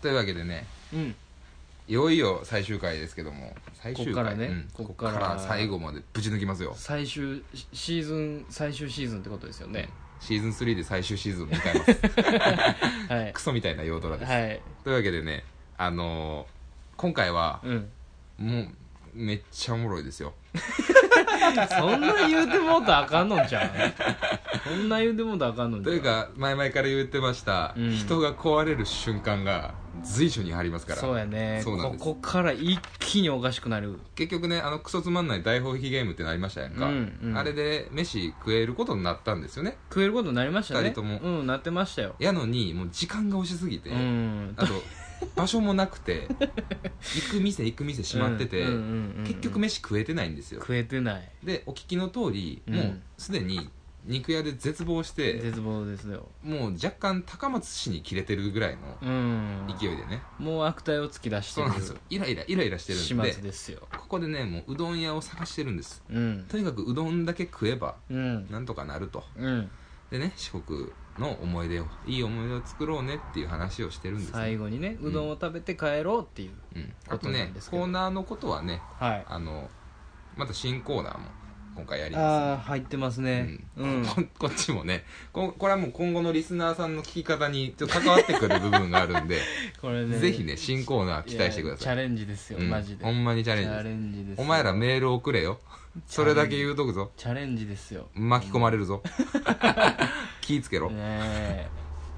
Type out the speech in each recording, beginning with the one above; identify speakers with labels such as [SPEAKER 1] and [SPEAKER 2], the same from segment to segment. [SPEAKER 1] というわけでね
[SPEAKER 2] うん
[SPEAKER 1] いよいよ最終回ですけども最終回
[SPEAKER 2] こっからね
[SPEAKER 1] うん
[SPEAKER 2] こ
[SPEAKER 1] こ
[SPEAKER 2] っ
[SPEAKER 1] っ
[SPEAKER 2] か
[SPEAKER 1] からら最後までぶち抜きますよ
[SPEAKER 2] 最終シシーズン最終シーズンってことですよ ね
[SPEAKER 1] シーズン3で最終シーズンを 迎えます
[SPEAKER 2] はい
[SPEAKER 1] クソみたいな夜ドラです、
[SPEAKER 2] はい
[SPEAKER 1] というわけでねあのー今回は
[SPEAKER 2] うん
[SPEAKER 1] もうめっちゃおもろいですよ
[SPEAKER 2] そんな言うてもうたらあかんのんちゃ うそんな言うてもうたらあかんのんち
[SPEAKER 1] と
[SPEAKER 2] ゃう
[SPEAKER 1] いうか前々から言ってました、
[SPEAKER 2] うん
[SPEAKER 1] 人が壊れる瞬間が随所にありますから
[SPEAKER 2] そうやね
[SPEAKER 1] そうなんです
[SPEAKER 2] ここから一気におかしくなる
[SPEAKER 1] 結局ねあのクソつまんない大放棄ゲームってなりましたやんか、
[SPEAKER 2] うんうん
[SPEAKER 1] あれで飯食えることになったんですよね
[SPEAKER 2] 食えることになりましたね
[SPEAKER 1] 二人とも
[SPEAKER 2] うんなってましたよ
[SPEAKER 1] やのにもう時間が押しすぎて、
[SPEAKER 2] うん
[SPEAKER 1] あと場所もなく て行く店行く店閉まってて、
[SPEAKER 2] うんうんうんうん
[SPEAKER 1] 結局飯食えてないんですよ
[SPEAKER 2] 食えてない
[SPEAKER 1] でお聞きの通り、
[SPEAKER 2] うん
[SPEAKER 1] もうすでに肉屋で絶望して
[SPEAKER 2] 絶望ですよ
[SPEAKER 1] もう若干高松市に切れてるぐらい
[SPEAKER 2] うん
[SPEAKER 1] の勢いでね、
[SPEAKER 2] もう悪態を突き出して
[SPEAKER 1] そう
[SPEAKER 2] る
[SPEAKER 1] なんですよイライライライラしてる
[SPEAKER 2] 始
[SPEAKER 1] んで
[SPEAKER 2] 末ですよ
[SPEAKER 1] ここでねもううどん屋を探してるんです
[SPEAKER 2] うん
[SPEAKER 1] とにかくうどんだけ食えば
[SPEAKER 2] うん
[SPEAKER 1] なんとかなると
[SPEAKER 2] うん
[SPEAKER 1] でね四国の思い出をいい思い出を作ろうねっていう話をしてるんです、
[SPEAKER 2] 最後にねうどんを食べて帰ろうっていう
[SPEAKER 1] うん、あと
[SPEAKER 2] ことなん
[SPEAKER 1] ね
[SPEAKER 2] ですけど
[SPEAKER 1] コーナーのことはね
[SPEAKER 2] はい
[SPEAKER 1] あのまた新コーナーも今回やり
[SPEAKER 2] あ
[SPEAKER 1] ま
[SPEAKER 2] あ入ってます
[SPEAKER 1] す
[SPEAKER 2] ねうん
[SPEAKER 1] こ こっちもねここれはもう今後のリスナーさんの聞き方にちょっと関わってくる部分があるんで
[SPEAKER 2] これ ね
[SPEAKER 1] ぜひね新コーナー期待してくだ
[SPEAKER 2] チ
[SPEAKER 1] さ
[SPEAKER 2] ャ
[SPEAKER 1] い
[SPEAKER 2] レンジですよ
[SPEAKER 1] うん
[SPEAKER 2] マジで
[SPEAKER 1] ほんまにチャレンジです
[SPEAKER 2] ンジです
[SPEAKER 1] お前らメール送れよそれだけ言うとくぞ
[SPEAKER 2] チャレンジですよ
[SPEAKER 1] 巻き込まれる ぞ気ぃつけろ、
[SPEAKER 2] ね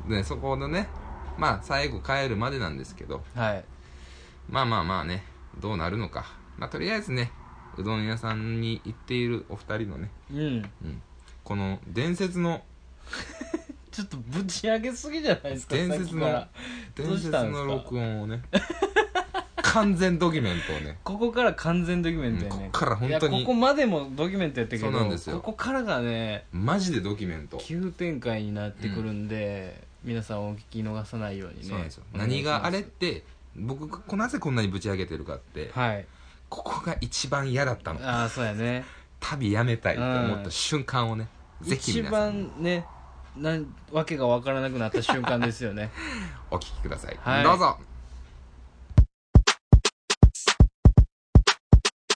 [SPEAKER 1] ね、そこのねまあ最後帰るまでなんですけど
[SPEAKER 2] えはい
[SPEAKER 1] まあまあまあねどうなるのかまあとりあえずねうどん屋さんに行っているお二人のね、
[SPEAKER 2] うん
[SPEAKER 1] うん、この伝説の
[SPEAKER 2] ちょっとぶち上げすぎじゃないですか
[SPEAKER 1] 伝
[SPEAKER 2] さっ
[SPEAKER 1] 説
[SPEAKER 2] きか
[SPEAKER 1] の
[SPEAKER 2] らどう
[SPEAKER 1] 伝
[SPEAKER 2] し
[SPEAKER 1] 説
[SPEAKER 2] たんですか
[SPEAKER 1] の録音をね完全ドキュメントをね
[SPEAKER 2] ここから完全ドキュメントやね、
[SPEAKER 1] うんこっから本当に
[SPEAKER 2] いやここまでもドキュメントやったけど
[SPEAKER 1] そうなんですよ
[SPEAKER 2] ここからがね
[SPEAKER 1] マジでドキュメント、
[SPEAKER 2] 急展開になってくるんで、皆さんお聞き逃さないようにね
[SPEAKER 1] そうなんですよ
[SPEAKER 2] お願い
[SPEAKER 1] 何
[SPEAKER 2] します
[SPEAKER 1] があれって僕こなぜこんなにぶち上げてるかって、
[SPEAKER 2] はい
[SPEAKER 1] ここが一番嫌だったの
[SPEAKER 2] ああそうやね
[SPEAKER 1] 旅やめたいと思っ
[SPEAKER 2] うん
[SPEAKER 1] た瞬間をね、ぜひ
[SPEAKER 2] 一
[SPEAKER 1] 皆さん
[SPEAKER 2] 番ねなんわけがわからなくなった瞬間ですよね
[SPEAKER 1] お聞きください、
[SPEAKER 2] はい
[SPEAKER 1] どうぞ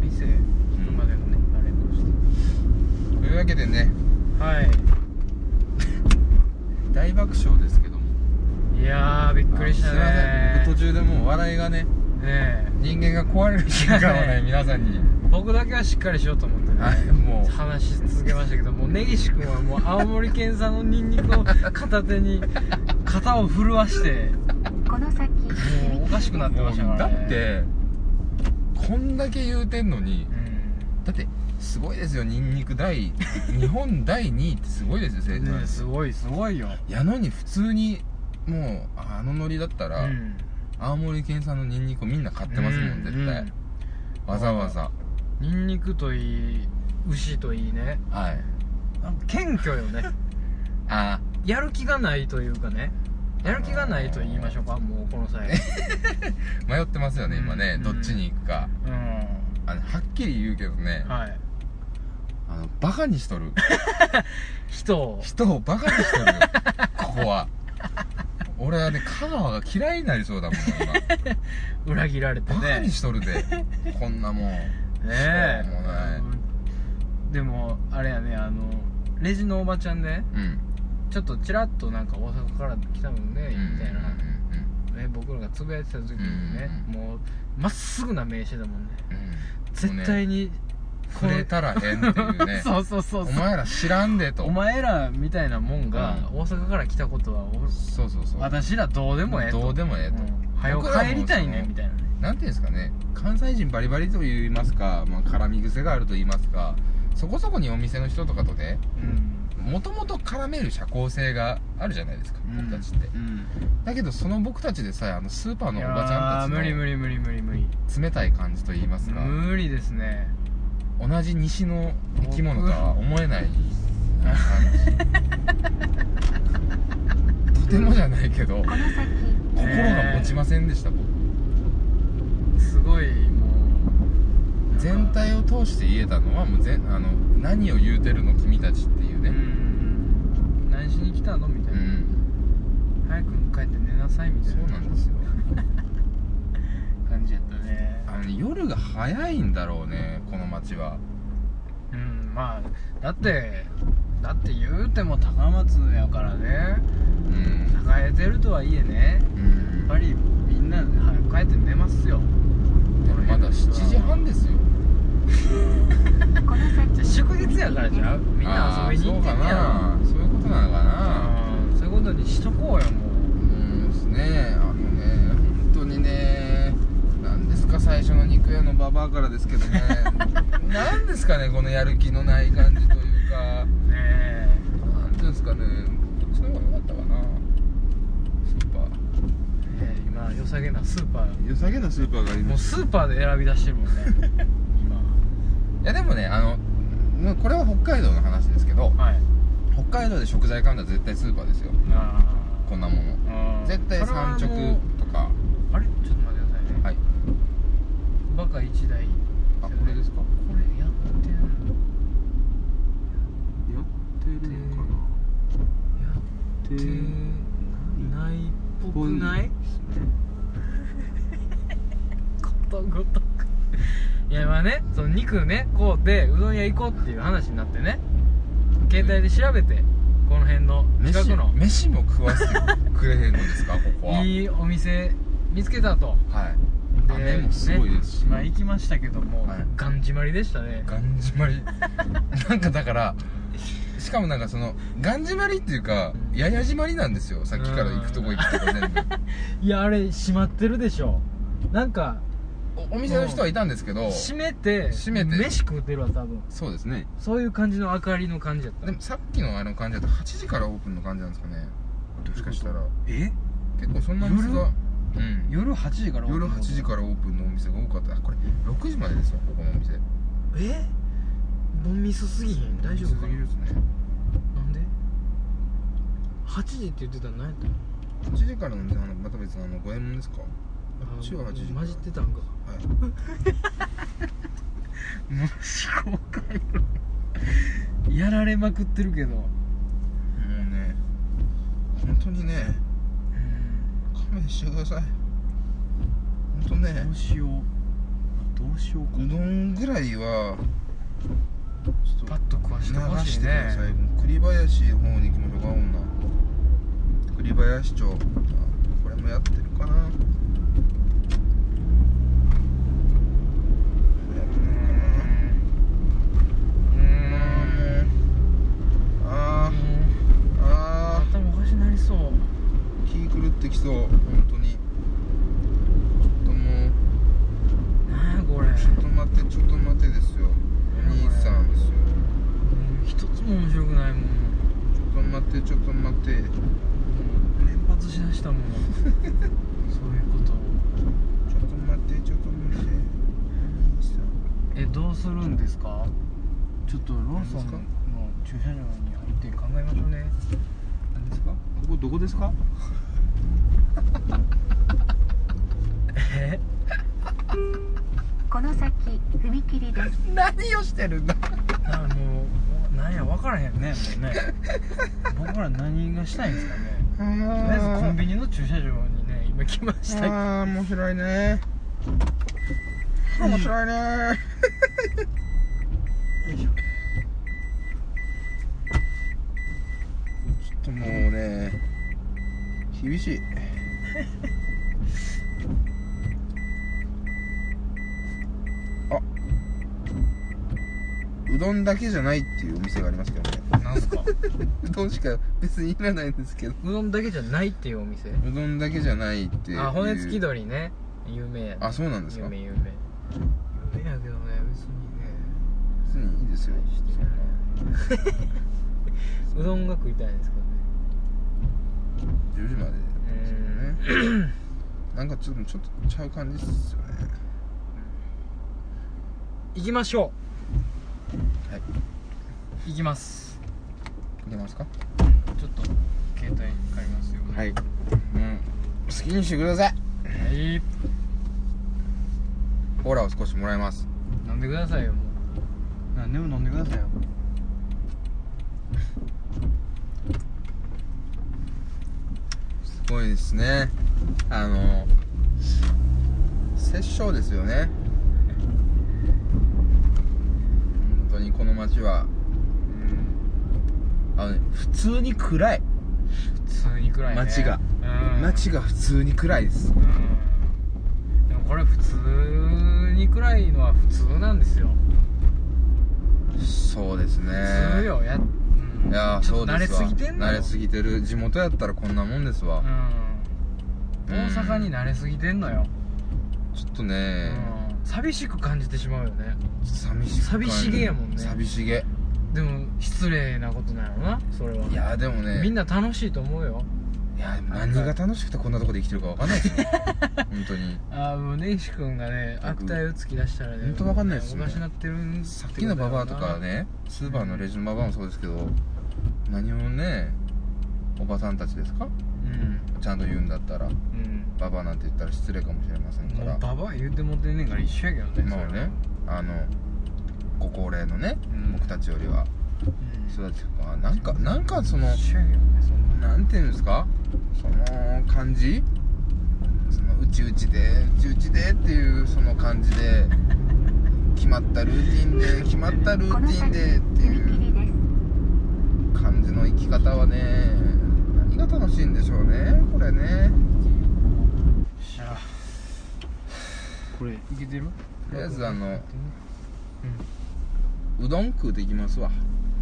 [SPEAKER 2] 店行くまでのねあれとして
[SPEAKER 1] というわけでね
[SPEAKER 2] はい
[SPEAKER 1] 大爆笑ですけども
[SPEAKER 2] いやーびっくりしたね
[SPEAKER 1] すいません僕途中でもう笑いがね
[SPEAKER 2] ねえ
[SPEAKER 1] 人間が壊れる瞬間をね皆さんに
[SPEAKER 2] 僕だけはしっかりしようと思ってね、
[SPEAKER 1] はいもう
[SPEAKER 2] 話し続けましたけどもう根岸君はもう青森県産のニンニクを片手に肩を震わして
[SPEAKER 3] この先
[SPEAKER 2] もうおかしくなってましたから、ね、
[SPEAKER 1] だってこんだけ言うてんのにだってすごいですよニンニク第 日本第2位ってすごいですよ
[SPEAKER 2] う
[SPEAKER 1] 生
[SPEAKER 2] んね
[SPEAKER 1] 産
[SPEAKER 2] えすごいすごいよ、
[SPEAKER 1] やのに普通にもうあのノリだった
[SPEAKER 2] う
[SPEAKER 1] ら、青森県産のニンニクをみんな買ってますもん絶対、
[SPEAKER 2] うん
[SPEAKER 1] わざわざ
[SPEAKER 2] ニンニクといい牛といいね
[SPEAKER 1] はい
[SPEAKER 2] なんか謙虚よね
[SPEAKER 1] あ
[SPEAKER 2] やる気がないというかねやる気がないと言いましょうかもうこ の際
[SPEAKER 1] 迷ってますよね今ね、
[SPEAKER 2] うん
[SPEAKER 1] どっちに行くか
[SPEAKER 2] うん
[SPEAKER 1] あのはっきり言うけどね、
[SPEAKER 2] はい
[SPEAKER 1] あのバカにしとる
[SPEAKER 2] 人を
[SPEAKER 1] 人をバカにしとるよここは俺はね香川が嫌いになりそうだもん今
[SPEAKER 2] 裏切られて
[SPEAKER 1] バカ
[SPEAKER 2] ね
[SPEAKER 1] にしとる でこんなもん
[SPEAKER 2] ね
[SPEAKER 1] しょうもない
[SPEAKER 2] うんでもあれやねあのレジのおばちゃんね
[SPEAKER 1] うん
[SPEAKER 2] ちょっとちらっとなんか大阪から来たもんね
[SPEAKER 1] うん
[SPEAKER 2] みたいな、
[SPEAKER 1] う
[SPEAKER 2] ね、僕らがつぶやいてた時にね、
[SPEAKER 1] うん
[SPEAKER 2] もうまっすぐな名刺だもんね
[SPEAKER 1] んうんうん
[SPEAKER 2] 絶対に
[SPEAKER 1] 触れたら変っていうね
[SPEAKER 2] そうそうそう
[SPEAKER 1] お
[SPEAKER 2] そう
[SPEAKER 1] 前ら知らんでと
[SPEAKER 2] お前らみたいなもんが
[SPEAKER 1] うん
[SPEAKER 2] 大阪から来たことはお
[SPEAKER 1] そうそうそう
[SPEAKER 2] 私らどうでもええと
[SPEAKER 1] どうでもええと、
[SPEAKER 2] うん早
[SPEAKER 1] 僕
[SPEAKER 2] く
[SPEAKER 1] らも
[SPEAKER 2] 帰りたいね
[SPEAKER 1] その
[SPEAKER 2] みたいなね
[SPEAKER 1] なんていうんですかね関西人バリバリと言いますか、まあ、絡み癖があると言いますかそこそこにお店の人とかとね
[SPEAKER 2] うん
[SPEAKER 1] もともと絡める社交性があるじゃないですか僕たちって、
[SPEAKER 2] うん
[SPEAKER 1] だけどその僕たちでさえあのスーパーのお
[SPEAKER 2] いや
[SPEAKER 1] ばちゃ
[SPEAKER 2] ー
[SPEAKER 1] んた
[SPEAKER 2] 無理無
[SPEAKER 1] ち
[SPEAKER 2] 理無理無理無理
[SPEAKER 1] の冷たい感じと言いますか、
[SPEAKER 2] 無理ですね
[SPEAKER 1] 同じ西の生き物とは思えない感じとてもじゃないけど
[SPEAKER 3] この先
[SPEAKER 1] 心が持ちませんでした僕
[SPEAKER 2] すごいもう
[SPEAKER 1] 全体を通して言えたのはもう全あの何を言うてるの君たちっていう
[SPEAKER 2] う
[SPEAKER 1] ね
[SPEAKER 2] ん何しに来たのみた
[SPEAKER 1] う
[SPEAKER 2] いな、
[SPEAKER 1] ん
[SPEAKER 2] 早く帰帰って寝なさいみたい
[SPEAKER 1] そう
[SPEAKER 2] な
[SPEAKER 1] なんですよ
[SPEAKER 2] 感じやったね
[SPEAKER 1] あのね夜が早いんだろうねこの街は
[SPEAKER 2] うんまあだってだって言うても高松やからね
[SPEAKER 1] うん
[SPEAKER 2] 栄えてるとはいえね
[SPEAKER 1] う
[SPEAKER 2] や
[SPEAKER 1] ん
[SPEAKER 2] っぱりみんな早く帰って寝ますよ
[SPEAKER 1] でもまだ7時半ですよ
[SPEAKER 4] この先
[SPEAKER 2] じゃあ祝日やからじゃあみんな遊びに行って
[SPEAKER 1] あー
[SPEAKER 2] んねやろ
[SPEAKER 1] そうかなそういうことなのかな
[SPEAKER 2] うんそういうことにしとこうよも
[SPEAKER 1] うんですねあのね本当にね何ですか最初の肉屋のババアからですけど ね何ですかねこのやる気のない感じというか
[SPEAKER 2] うねえ
[SPEAKER 1] なんていうんですかねこっちの方が良かったかなスーパ
[SPEAKER 2] ねえ今良さげなスーパー
[SPEAKER 1] ー良さげなスーパーがあり
[SPEAKER 2] もうスーパーで選び出してるもんね
[SPEAKER 1] いやでもねあのもうこれは北海道の話ですけど
[SPEAKER 2] 今はい
[SPEAKER 1] 北海道で食材買うんだ絶対スーパーですよ
[SPEAKER 2] あ
[SPEAKER 1] こんなもの
[SPEAKER 2] あ
[SPEAKER 1] 絶対産直とか
[SPEAKER 2] あれちょっと待ってくださいね
[SPEAKER 1] はい
[SPEAKER 2] バカ一台
[SPEAKER 1] あこれですか
[SPEAKER 2] これやってん
[SPEAKER 5] ってるのか
[SPEAKER 2] や
[SPEAKER 5] な
[SPEAKER 2] ってないっぽくないことごとくいやまあねその肉ねこうでうどん屋行こうっていう話になってね携帯で調べてこの辺の近
[SPEAKER 1] 飯
[SPEAKER 2] くの
[SPEAKER 1] 飯も食わせてくれへんのですかここは
[SPEAKER 2] いいお店見つけたと
[SPEAKER 1] はい
[SPEAKER 2] で
[SPEAKER 1] 雨もすごいですし、
[SPEAKER 2] ねまあ行きましたけども、
[SPEAKER 1] はい
[SPEAKER 2] がんじまりでしたね
[SPEAKER 1] がんじまり なんかだからしかもなんかそのがんじまりっていうかややじまりなんですよさっきから行くとこ行くとこ全部
[SPEAKER 2] いやあれ閉まってるでしょなんか
[SPEAKER 1] おお店の人はいたんですけど
[SPEAKER 2] 閉めて
[SPEAKER 1] 閉めて
[SPEAKER 2] 飯食うてるわ多分
[SPEAKER 1] そうですね
[SPEAKER 2] そういう感じの明かりの感じやった
[SPEAKER 1] でもさっきのあの感じだと8時からオープンの感じなんですかねもしかしたら
[SPEAKER 2] え
[SPEAKER 1] 結構そんな店がうん
[SPEAKER 2] 夜8時から
[SPEAKER 1] 夜8時からオープンのお店が多かったあこれ6時までですわここのお店
[SPEAKER 2] えボンミスすぎへん大丈夫か
[SPEAKER 1] すぎる
[SPEAKER 2] な
[SPEAKER 1] ですね
[SPEAKER 2] なんで8時って言ってたの何やったの
[SPEAKER 1] 8時からのお店はまた別のあの五右衛門ですかあっちは8時から
[SPEAKER 2] 混じってたんか
[SPEAKER 1] はい
[SPEAKER 2] もし公開 やられまくってるけど
[SPEAKER 1] もうね本当にね勘弁してください本当ね
[SPEAKER 5] どうしようどうしようか
[SPEAKER 1] うどんぐらいはちょっ
[SPEAKER 2] パ
[SPEAKER 1] と
[SPEAKER 2] ッと食わしてほ
[SPEAKER 1] 流
[SPEAKER 2] し
[SPEAKER 1] して
[SPEAKER 2] い
[SPEAKER 1] くだ
[SPEAKER 2] ね
[SPEAKER 1] さいもう栗林の方に行きましょうか女栗林町あこれもやってるかなやってるか
[SPEAKER 2] うーん
[SPEAKER 1] なあーもうあーあ
[SPEAKER 2] 頭おかしなりそう
[SPEAKER 1] ー気狂ってきそう本当にちょっともう
[SPEAKER 2] なあこれ
[SPEAKER 1] ちょっと待ってちょっと待ってですよお兄さんですよ
[SPEAKER 2] 一つも面白くないもん
[SPEAKER 1] ちょっと待ってちょっと待って
[SPEAKER 2] 連発しだしたもんそういうことを
[SPEAKER 1] ちょっと待ってちょっと待って
[SPEAKER 2] えどうするんですかちょっとローソンの駐車場に入って考えましょうね
[SPEAKER 5] 何ですかここどこですか
[SPEAKER 2] え
[SPEAKER 4] この先踏切です
[SPEAKER 1] 何をしてるんだ
[SPEAKER 2] なもうなんや分からへんねもうね僕ら何がしたいんですかね
[SPEAKER 1] あ
[SPEAKER 2] とりあえずコンビ
[SPEAKER 1] ニ
[SPEAKER 2] ニの駐車場にね今来ましたけど
[SPEAKER 1] ああ面白いね面白いね
[SPEAKER 2] よいし
[SPEAKER 1] ちょ
[SPEAKER 2] ょ
[SPEAKER 1] っともうね厳しいあうどんだけじゃないっていうお店がありますけどね
[SPEAKER 2] なんす か
[SPEAKER 1] うどんしか別にいらないんですけど
[SPEAKER 2] うどんだけじゃないっていうお店
[SPEAKER 1] うどんだけじゃないっていう
[SPEAKER 2] あ骨付き鳥ね有名やね
[SPEAKER 1] あそうなんですか
[SPEAKER 2] 有名有名有名やけどね別にね
[SPEAKER 1] 別にいいですよ
[SPEAKER 2] 大して
[SPEAKER 1] そんな
[SPEAKER 2] うどんが食いたいんですけどね
[SPEAKER 1] 10時までですけどねなんかちょっとちょっとちゃう感じっすよね
[SPEAKER 2] 行きましょ
[SPEAKER 1] はいう
[SPEAKER 2] 行きます
[SPEAKER 1] 出ますか
[SPEAKER 2] ちょっと携帯借りますよ
[SPEAKER 1] はいうん好きにしてください
[SPEAKER 2] はい
[SPEAKER 1] コーラを少しもらいます
[SPEAKER 2] 飲んでくださいよも
[SPEAKER 5] 何でも飲んでくださいよ
[SPEAKER 1] すごいですねあの殺生ですよね本当にこの街はうんあのね普通に暗い
[SPEAKER 2] 普通に暗いね
[SPEAKER 1] 街が
[SPEAKER 2] うん
[SPEAKER 1] 街が普通に暗いです
[SPEAKER 2] うんでもこれ普通に暗いのは普通なんですよ
[SPEAKER 1] そうですね
[SPEAKER 2] 普通よや,、うん、
[SPEAKER 1] いやー
[SPEAKER 2] ちょ
[SPEAKER 1] そ
[SPEAKER 2] っ
[SPEAKER 1] う
[SPEAKER 2] と
[SPEAKER 1] です
[SPEAKER 2] 慣
[SPEAKER 1] わ
[SPEAKER 2] れすぎてんの
[SPEAKER 1] 慣れす
[SPEAKER 2] ぎ
[SPEAKER 1] ぎてる地元やったらこんなもんですわ、
[SPEAKER 2] うん大阪に慣れすぎてんのよ、
[SPEAKER 1] ちょっと
[SPEAKER 2] う
[SPEAKER 1] ね、
[SPEAKER 2] ん、寂しく感じてしまうよね
[SPEAKER 1] 寂しく感じる
[SPEAKER 2] 寂しげやもんね
[SPEAKER 1] 寂しげ
[SPEAKER 2] でも失礼なことなんやろなそれはい
[SPEAKER 1] やーでもね
[SPEAKER 2] みんな楽しいと思うよ
[SPEAKER 1] いやでも何が楽しくてこんなとこで生きてるかわかんないです よ本当に
[SPEAKER 2] ああもう根岸君がね悪態をつき出したらね
[SPEAKER 1] ほんとわかんないっすね
[SPEAKER 2] おかしなってるん
[SPEAKER 1] さっきのババアとかねスーパーのレジのババアもそうですけど何をねおばさんたちですか
[SPEAKER 2] うん
[SPEAKER 1] ちゃんと言うんだったら
[SPEAKER 2] うん
[SPEAKER 1] ババアなんて言ったら失礼かもしれませんか
[SPEAKER 2] もう
[SPEAKER 1] ら
[SPEAKER 2] ババア言うてもってんねんから一緒やけどね
[SPEAKER 1] まあ
[SPEAKER 2] それは
[SPEAKER 1] ねあのご高齢のね、
[SPEAKER 2] うん
[SPEAKER 1] 僕たちよりは
[SPEAKER 2] うん
[SPEAKER 1] 人たちがなんかなんかその
[SPEAKER 2] 一緒やけどねそんな
[SPEAKER 1] なんていうんですかその感じそのうちうちでうちうちでっていうその感じで決まったルーティンで決まったル
[SPEAKER 4] こ
[SPEAKER 1] ーテ
[SPEAKER 4] の
[SPEAKER 1] ィン
[SPEAKER 4] 先
[SPEAKER 1] でって
[SPEAKER 4] 踏
[SPEAKER 1] いう
[SPEAKER 4] 切です
[SPEAKER 1] 感じの生き方はね何が楽しいんでしょうねこれね
[SPEAKER 2] あ
[SPEAKER 6] これいけてる
[SPEAKER 1] とりあえずあのうどん食うていきますわ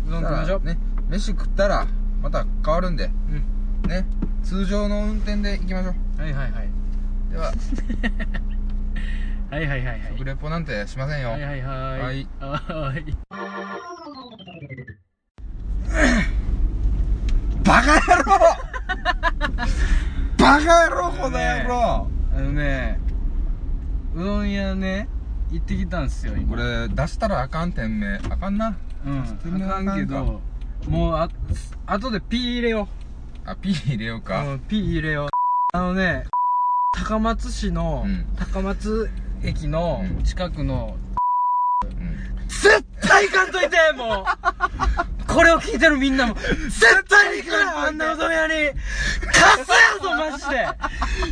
[SPEAKER 2] うどん食いましょう
[SPEAKER 1] だからね飯食ったらまた変わるんで
[SPEAKER 2] うん
[SPEAKER 1] ね通常の運転で行きましょう
[SPEAKER 2] はいはいはい
[SPEAKER 1] では
[SPEAKER 2] はいはいはいはい
[SPEAKER 1] 食レポなんてしませんよ、
[SPEAKER 2] はいはいはい
[SPEAKER 1] はい
[SPEAKER 2] はーい
[SPEAKER 1] バカ野 郎バカ野郎この野郎
[SPEAKER 2] あのねうどん屋ね行ってきたんですよ今
[SPEAKER 1] これ出したらあかん店名あかんな
[SPEAKER 2] うん
[SPEAKER 1] れ
[SPEAKER 2] あかんけ
[SPEAKER 1] なん
[SPEAKER 2] どもうあ後でピー入れよ
[SPEAKER 1] あ P 入れよう
[SPEAKER 2] う
[SPEAKER 1] か、
[SPEAKER 2] うんピー入れようあのね高松市の、
[SPEAKER 1] うん
[SPEAKER 2] 高松駅の
[SPEAKER 1] うん
[SPEAKER 2] 近くの、
[SPEAKER 1] うん
[SPEAKER 2] 絶対行かんといてもうこれを聞いてるみんなも絶対に行かんあんなうどん屋にカスやぞマジで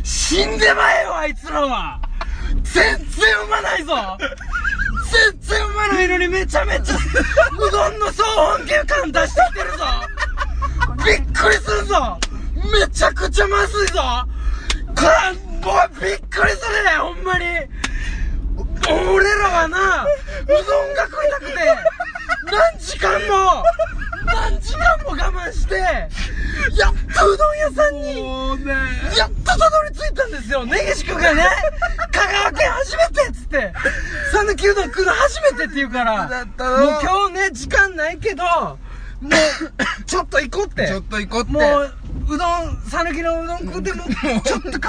[SPEAKER 2] 死んでまえよあいつらは全然うまないぞ全然うまないのにめちゃめちゃうどんの総本家感出してきてるぞびっくりするぞめちゃくちゃまずいぞこらもうびっくりするねほんまに俺らはなうどんが食いたくて何時間も何時間も我慢してやっとうどん屋さんに
[SPEAKER 6] もうね
[SPEAKER 2] やっとたどり着いたんですよ根岸君がね香川県初めてっつって讃岐うどん食うの初めてって言うから
[SPEAKER 1] だった
[SPEAKER 2] も
[SPEAKER 1] の
[SPEAKER 2] う今日ね時間ないけども うちょっと行こうって
[SPEAKER 1] ちょっと行こうって
[SPEAKER 2] もううどん讃岐のうどん食ってもう ちょっと帰るもう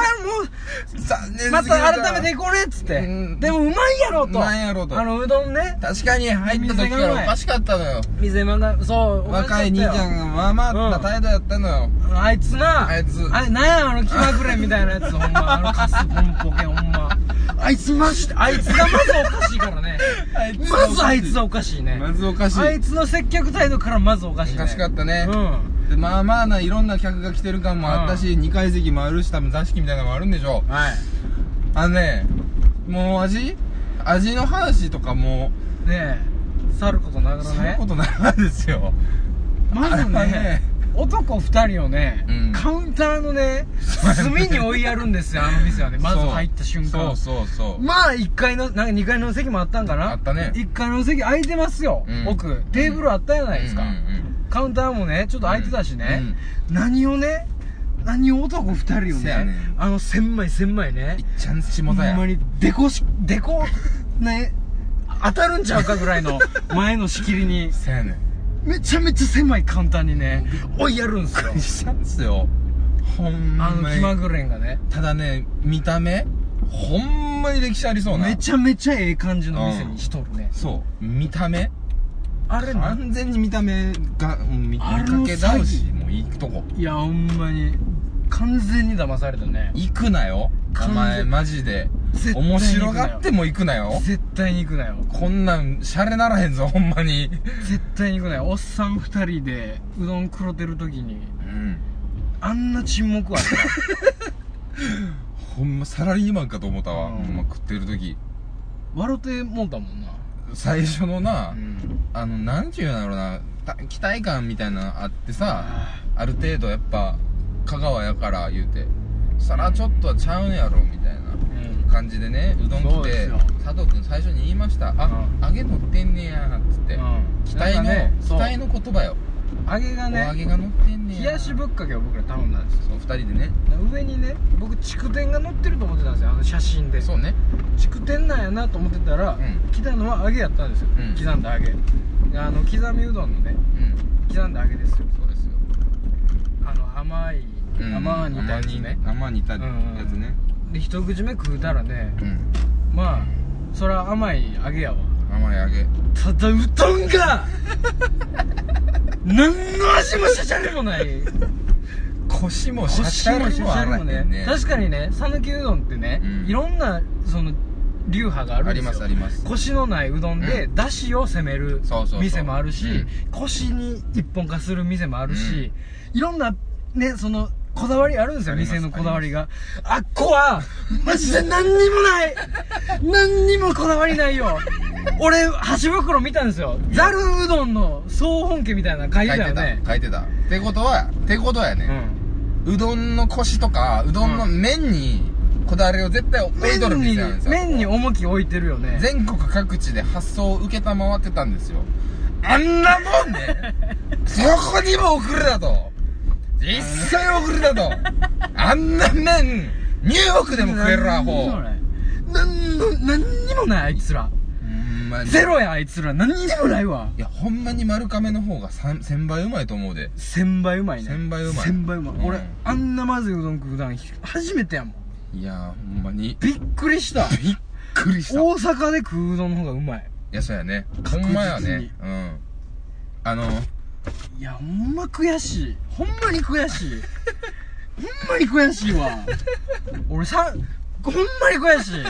[SPEAKER 1] 残 念
[SPEAKER 2] また改め
[SPEAKER 1] て
[SPEAKER 2] て行こうねっつって、
[SPEAKER 1] うん
[SPEAKER 2] でもうまいやろと
[SPEAKER 1] うまいやろと
[SPEAKER 2] あのうどんね
[SPEAKER 1] 確かに入った時からおかしかったのよ
[SPEAKER 2] 店まがそう
[SPEAKER 1] 若い兄ちゃん
[SPEAKER 2] ん
[SPEAKER 1] がまあまあな態度やったのよ、
[SPEAKER 2] あいつな
[SPEAKER 1] あいつ
[SPEAKER 2] あれなんやあの気まぐれみたいなやつほ んまあのカスポンポケほんま
[SPEAKER 1] あいつまして
[SPEAKER 2] あいつがまずおかしいか らね
[SPEAKER 1] あい
[SPEAKER 2] まずあいつはおかしいね、
[SPEAKER 1] まずおかしい
[SPEAKER 2] あいつの接客態度からまずおかし
[SPEAKER 1] お
[SPEAKER 2] い、ね、
[SPEAKER 1] かしかったね
[SPEAKER 2] う、ん
[SPEAKER 1] でまあまあないろんな客が来てる感もあったし、2階席もあるし多分座敷みたいなのもあるんでしょう
[SPEAKER 2] は
[SPEAKER 1] あのねもう味味の話とかも
[SPEAKER 2] いねえ去ることなが
[SPEAKER 1] う
[SPEAKER 2] ら
[SPEAKER 1] そういう
[SPEAKER 2] ね
[SPEAKER 1] ことないですよ
[SPEAKER 2] まず
[SPEAKER 1] あ
[SPEAKER 2] ね
[SPEAKER 1] れね
[SPEAKER 2] 男2人をね、
[SPEAKER 1] うん
[SPEAKER 2] カウンターのね隅に追いやるんですよあの 店はねまず入った瞬間
[SPEAKER 1] そうそうそう
[SPEAKER 2] まあ1階のなんか2階の席もあったんかな
[SPEAKER 1] あったね
[SPEAKER 2] 1階の席空いてますよ、
[SPEAKER 1] うん
[SPEAKER 2] 奥テーブルあったじゃないですか、
[SPEAKER 1] うんうんうん
[SPEAKER 2] カウンターもねちょっと空いてたしね、何をね何を男2人を
[SPEAKER 1] せ
[SPEAKER 2] ね
[SPEAKER 1] やねん
[SPEAKER 2] あの千い千いね
[SPEAKER 1] いっちゃん
[SPEAKER 2] ほ
[SPEAKER 1] 下
[SPEAKER 2] ん
[SPEAKER 1] 田や
[SPEAKER 2] まにデコしデコね当たるんちゃうかぐらいの前の仕切りに
[SPEAKER 1] せやねん
[SPEAKER 2] めちゃめちゃ狭い簡単にね追いやるんすよ
[SPEAKER 1] びっくりしたんですよほん
[SPEAKER 2] あ
[SPEAKER 1] ま
[SPEAKER 2] の気ま
[SPEAKER 1] に
[SPEAKER 2] ぐれんがね
[SPEAKER 1] ただね見た目ほんまに歴史ありそうな
[SPEAKER 2] めちゃめちゃええ感じの店にしとるね、
[SPEAKER 1] そう見た目
[SPEAKER 2] あれなん
[SPEAKER 1] 完全に見た目がうん見見
[SPEAKER 2] あ
[SPEAKER 1] か
[SPEAKER 2] れも
[SPEAKER 1] け倒
[SPEAKER 2] 詐
[SPEAKER 1] しもういいとこ
[SPEAKER 2] いやほんまに完全に騙されたね
[SPEAKER 1] 行くなよお
[SPEAKER 2] 完全
[SPEAKER 1] 前マジで
[SPEAKER 2] 絶対行くなよ
[SPEAKER 1] 面白がっても行くなよ
[SPEAKER 2] 絶対に行くなよ
[SPEAKER 1] こんなんシャレならへんぞほんまに
[SPEAKER 2] 絶対に行くなよおっさん2人でうどん食ろてる時に
[SPEAKER 1] うん
[SPEAKER 2] あんな沈黙はあ った
[SPEAKER 1] ほんまサラリーマンかと思ったわ、
[SPEAKER 2] うん
[SPEAKER 1] ほんま食ってる時
[SPEAKER 2] 笑ってもんだもんな
[SPEAKER 1] 最初のな、
[SPEAKER 2] ん
[SPEAKER 1] あのなんちゅうんだろうなた期待感みたいなのあってさある程度やっぱ香川やから言うて皿ちょっとはちゃうんやろみたいな
[SPEAKER 2] うん
[SPEAKER 1] 感じでねうどん
[SPEAKER 2] そう
[SPEAKER 1] 来
[SPEAKER 2] で
[SPEAKER 1] て
[SPEAKER 2] すよ
[SPEAKER 1] 佐藤君最初に言いました「あ、揚げ乗ってんねや」っつって、
[SPEAKER 2] うん
[SPEAKER 1] 期待の、
[SPEAKER 2] なんかね
[SPEAKER 1] 期
[SPEAKER 2] そう
[SPEAKER 1] 待の言葉よ、
[SPEAKER 2] 揚げが
[SPEAKER 1] お揚
[SPEAKER 2] ね
[SPEAKER 1] げが乗ってんねや
[SPEAKER 2] 冷やしぶっかけを僕ら頼んだんですよ
[SPEAKER 1] そう2人でね
[SPEAKER 2] 上にね僕筑天が載ってると思ってたんですよあの写真で
[SPEAKER 1] そうね
[SPEAKER 2] 筑天なんやなと思ってたら、
[SPEAKER 1] うん
[SPEAKER 2] 来たのは揚げやったんですよ、
[SPEAKER 1] うん
[SPEAKER 2] 刻んだ揚げあの刻みうどんのね
[SPEAKER 1] うん
[SPEAKER 2] 刻んだ揚げですよ
[SPEAKER 1] そうですよ
[SPEAKER 2] あの甘い、
[SPEAKER 1] うん
[SPEAKER 2] 甘煮たやつね
[SPEAKER 1] 甘煮たやつね
[SPEAKER 2] で一口目食うたらね
[SPEAKER 1] うん
[SPEAKER 2] まあそら甘い揚げやわ
[SPEAKER 1] 甘い揚げ
[SPEAKER 2] ただうどん が何の味もしゃしゃりもない
[SPEAKER 1] 腰もシャシ
[SPEAKER 2] 腰
[SPEAKER 1] ャ
[SPEAKER 2] もし
[SPEAKER 1] リ
[SPEAKER 2] ゃ
[SPEAKER 1] もあ
[SPEAKER 2] しゃ
[SPEAKER 1] ら
[SPEAKER 2] り
[SPEAKER 1] へ
[SPEAKER 2] も
[SPEAKER 1] んね
[SPEAKER 2] ね確かにね讃岐うどんってね、
[SPEAKER 1] うん
[SPEAKER 2] いろんなその流派がある
[SPEAKER 1] あ
[SPEAKER 2] ん
[SPEAKER 1] り
[SPEAKER 2] ですよ
[SPEAKER 1] ますあります
[SPEAKER 2] 腰のないうどんで、
[SPEAKER 1] う
[SPEAKER 2] だしを攻める
[SPEAKER 1] そうそうそう
[SPEAKER 2] 店もあるし
[SPEAKER 1] うん
[SPEAKER 2] 腰に一本化する店もあるし、いろんなねそのこだわりあるんですよ
[SPEAKER 1] あります
[SPEAKER 2] 店のこだわりがあっこはマジで何にも ない何にもこだわりないよ俺箸袋見たんですよざるうどんの総本家みたいなの書い
[SPEAKER 1] 書
[SPEAKER 2] て
[SPEAKER 1] い
[SPEAKER 2] たよ
[SPEAKER 1] て
[SPEAKER 2] ね
[SPEAKER 1] た書いてたってことはってことやねうどんの腰とかうどんの麺にこだわりを絶対置いと
[SPEAKER 2] う
[SPEAKER 1] る
[SPEAKER 2] ん、麺に
[SPEAKER 1] 店なんですよ
[SPEAKER 2] 麺に重き置いてるよね
[SPEAKER 1] 全国各地で発想を受けたまわってたんです よあんなもんねそこにも送るだと一切送るだとあんな麺ニューヨークでも食えるアホ
[SPEAKER 2] なんの何にもないあいつら
[SPEAKER 1] ほんまに
[SPEAKER 2] ゼロやあいつら何にもないわ
[SPEAKER 1] いやほんまに丸亀の方が1000倍うまいと思うで
[SPEAKER 2] 1000倍うまいね
[SPEAKER 1] 1000倍うまい
[SPEAKER 2] 1000倍うまい、
[SPEAKER 1] うん
[SPEAKER 2] 俺あんなまずいうどん食うたん初めてやもん
[SPEAKER 1] いやーほんまに
[SPEAKER 2] びっくりした
[SPEAKER 1] びっくりしたい
[SPEAKER 2] 大阪で食ううどんの方がうまい
[SPEAKER 1] やそうやねほ
[SPEAKER 2] 確実に
[SPEAKER 1] んまやねうんあの
[SPEAKER 2] いやほんま悔しいほんまに悔しいほんまに悔しいわ俺さほんまに悔しい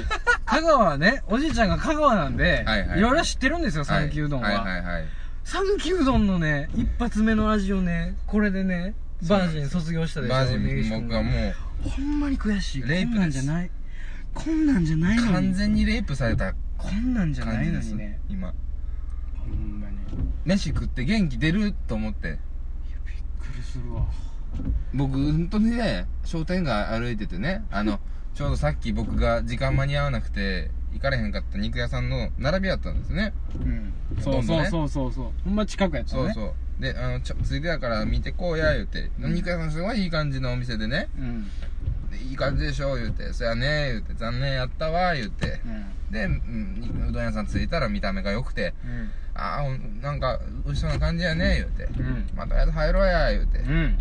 [SPEAKER 2] 香川はねおじいちゃんが香川なんで、
[SPEAKER 1] はいはい
[SPEAKER 2] ろいろ知ってるんですよ讃岐うどんは、
[SPEAKER 1] はいはいはい
[SPEAKER 2] 讃岐うどんのね一発目の味をねこれでねバージン卒業したでしょ
[SPEAKER 1] マジ
[SPEAKER 2] 根岸君
[SPEAKER 1] 僕はも
[SPEAKER 2] ほんまに悔しい
[SPEAKER 1] レイプ
[SPEAKER 2] こんなんじゃないこんなんじゃないうの
[SPEAKER 1] 完
[SPEAKER 2] に
[SPEAKER 1] 全にレイプされた
[SPEAKER 2] こんなんじゃな
[SPEAKER 1] 感
[SPEAKER 2] い
[SPEAKER 1] じ
[SPEAKER 2] の
[SPEAKER 1] です
[SPEAKER 2] にね
[SPEAKER 1] 今
[SPEAKER 2] ほんまにびっ
[SPEAKER 1] 飯食って元気出ると思って
[SPEAKER 2] くりするわ
[SPEAKER 1] 僕本当にね商店街歩いててねあのちょうどさっき僕が時間間に合わなくて行かれへんかった肉屋さんの並びやったんですね
[SPEAKER 2] うん
[SPEAKER 1] ほ
[SPEAKER 2] そ
[SPEAKER 1] と
[SPEAKER 2] う
[SPEAKER 1] ど
[SPEAKER 2] んそう
[SPEAKER 1] ね
[SPEAKER 2] そうそうそうほんま近くやったね
[SPEAKER 1] そうそうであのちょついでやから見てこうや言うて、お肉屋さんすごいいい感じのお店でね
[SPEAKER 2] うん
[SPEAKER 1] でいい感じでしょ言うてそやね言うて残念やったわ言うて
[SPEAKER 2] うん
[SPEAKER 1] で、うん、うどん屋さん着いたら見た目が良くて
[SPEAKER 2] うん
[SPEAKER 1] ああなんか美味しそうな感じやね言うて、
[SPEAKER 2] うん
[SPEAKER 1] まあとりあえず入ろうや言うて、
[SPEAKER 2] うん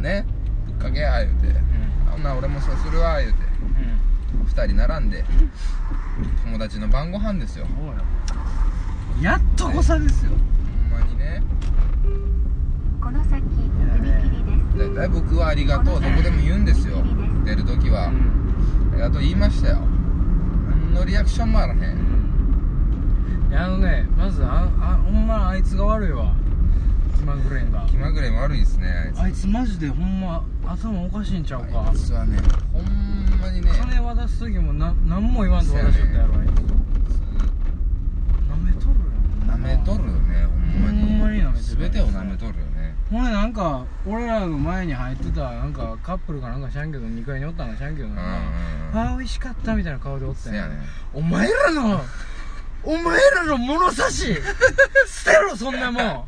[SPEAKER 1] ねぶっかけや言うてほんなら俺もそうするわ言うて2人並んで友達の晩ご飯ですよ
[SPEAKER 2] そうよやっと誤差ですよ
[SPEAKER 1] ほんまにね
[SPEAKER 4] この先踏切です
[SPEAKER 1] だいたい僕はありがとうどこでも言うんですよ出る時はありがとう言いましたよ何のリアクションもあらへん
[SPEAKER 2] いやあのねまずああほんまあいつが悪いわ気まぐれんが
[SPEAKER 1] 気まぐれ悪いですねあいつ
[SPEAKER 2] あいつマジでほんま頭おかしいんちゃうか
[SPEAKER 1] あいつはねほんまにね
[SPEAKER 2] 金渡す時もな何も言わんと渡しよったやろあいつなめとる
[SPEAKER 1] な
[SPEAKER 2] や
[SPEAKER 1] めとるよねほんまに
[SPEAKER 2] ほんまに舐めてる
[SPEAKER 1] 全てをなめとるよね
[SPEAKER 2] ほんでなんか俺らの前に入ってたなんかカップルかなんかしゃんけど2階におったんかしゃんけど
[SPEAKER 1] うんう
[SPEAKER 2] な、
[SPEAKER 1] んうん
[SPEAKER 2] ああ美味しかったみたいな顔でおっ
[SPEAKER 1] せ
[SPEAKER 2] た
[SPEAKER 1] や
[SPEAKER 2] やん、
[SPEAKER 1] ね
[SPEAKER 2] お前らのお前らの物差し捨てろそん なもんも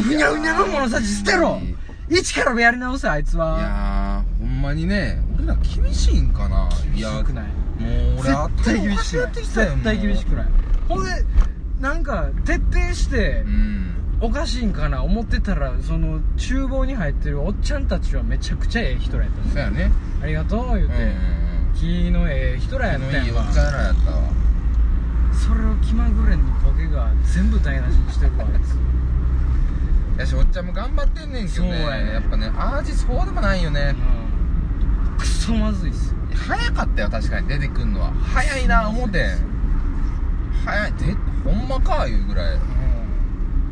[SPEAKER 2] うふにゃふにゃの物差し捨てろ一からやり直せあいつ
[SPEAKER 1] い
[SPEAKER 2] は
[SPEAKER 1] やーほんまにね俺ら厳しいんかないや
[SPEAKER 2] 厳しくない
[SPEAKER 1] もう俺
[SPEAKER 2] 絶対厳しく
[SPEAKER 1] 頭おかな
[SPEAKER 2] な
[SPEAKER 1] っ
[SPEAKER 2] い
[SPEAKER 1] てきたよ
[SPEAKER 2] 絶対厳しく
[SPEAKER 1] も
[SPEAKER 2] ないほんでなんか徹底して
[SPEAKER 1] ううん
[SPEAKER 2] おかしいんかな思ってたらその厨房に入ってるおっちゃんたちはめちゃくちゃええ人らやったね
[SPEAKER 1] そうやね
[SPEAKER 2] ありがとう言う
[SPEAKER 1] うん
[SPEAKER 2] て、
[SPEAKER 1] うんうん
[SPEAKER 2] 気のええ人らや
[SPEAKER 1] 気
[SPEAKER 2] っ
[SPEAKER 1] の
[SPEAKER 2] たや
[SPEAKER 1] いい
[SPEAKER 2] ん
[SPEAKER 1] お
[SPEAKER 2] か
[SPEAKER 1] っちゃんらやったわ
[SPEAKER 2] それを気まぐれにボケが全部台無しにしてるわあいつ
[SPEAKER 1] やしおっちゃんも頑張ってんねんけどね
[SPEAKER 2] そうやね
[SPEAKER 1] っぱねアージそうでもないよね、
[SPEAKER 2] うんクソまずいっすよ
[SPEAKER 1] 早かったよ確かに出てくんのは早いな思てん早いでほんまかいうぐらい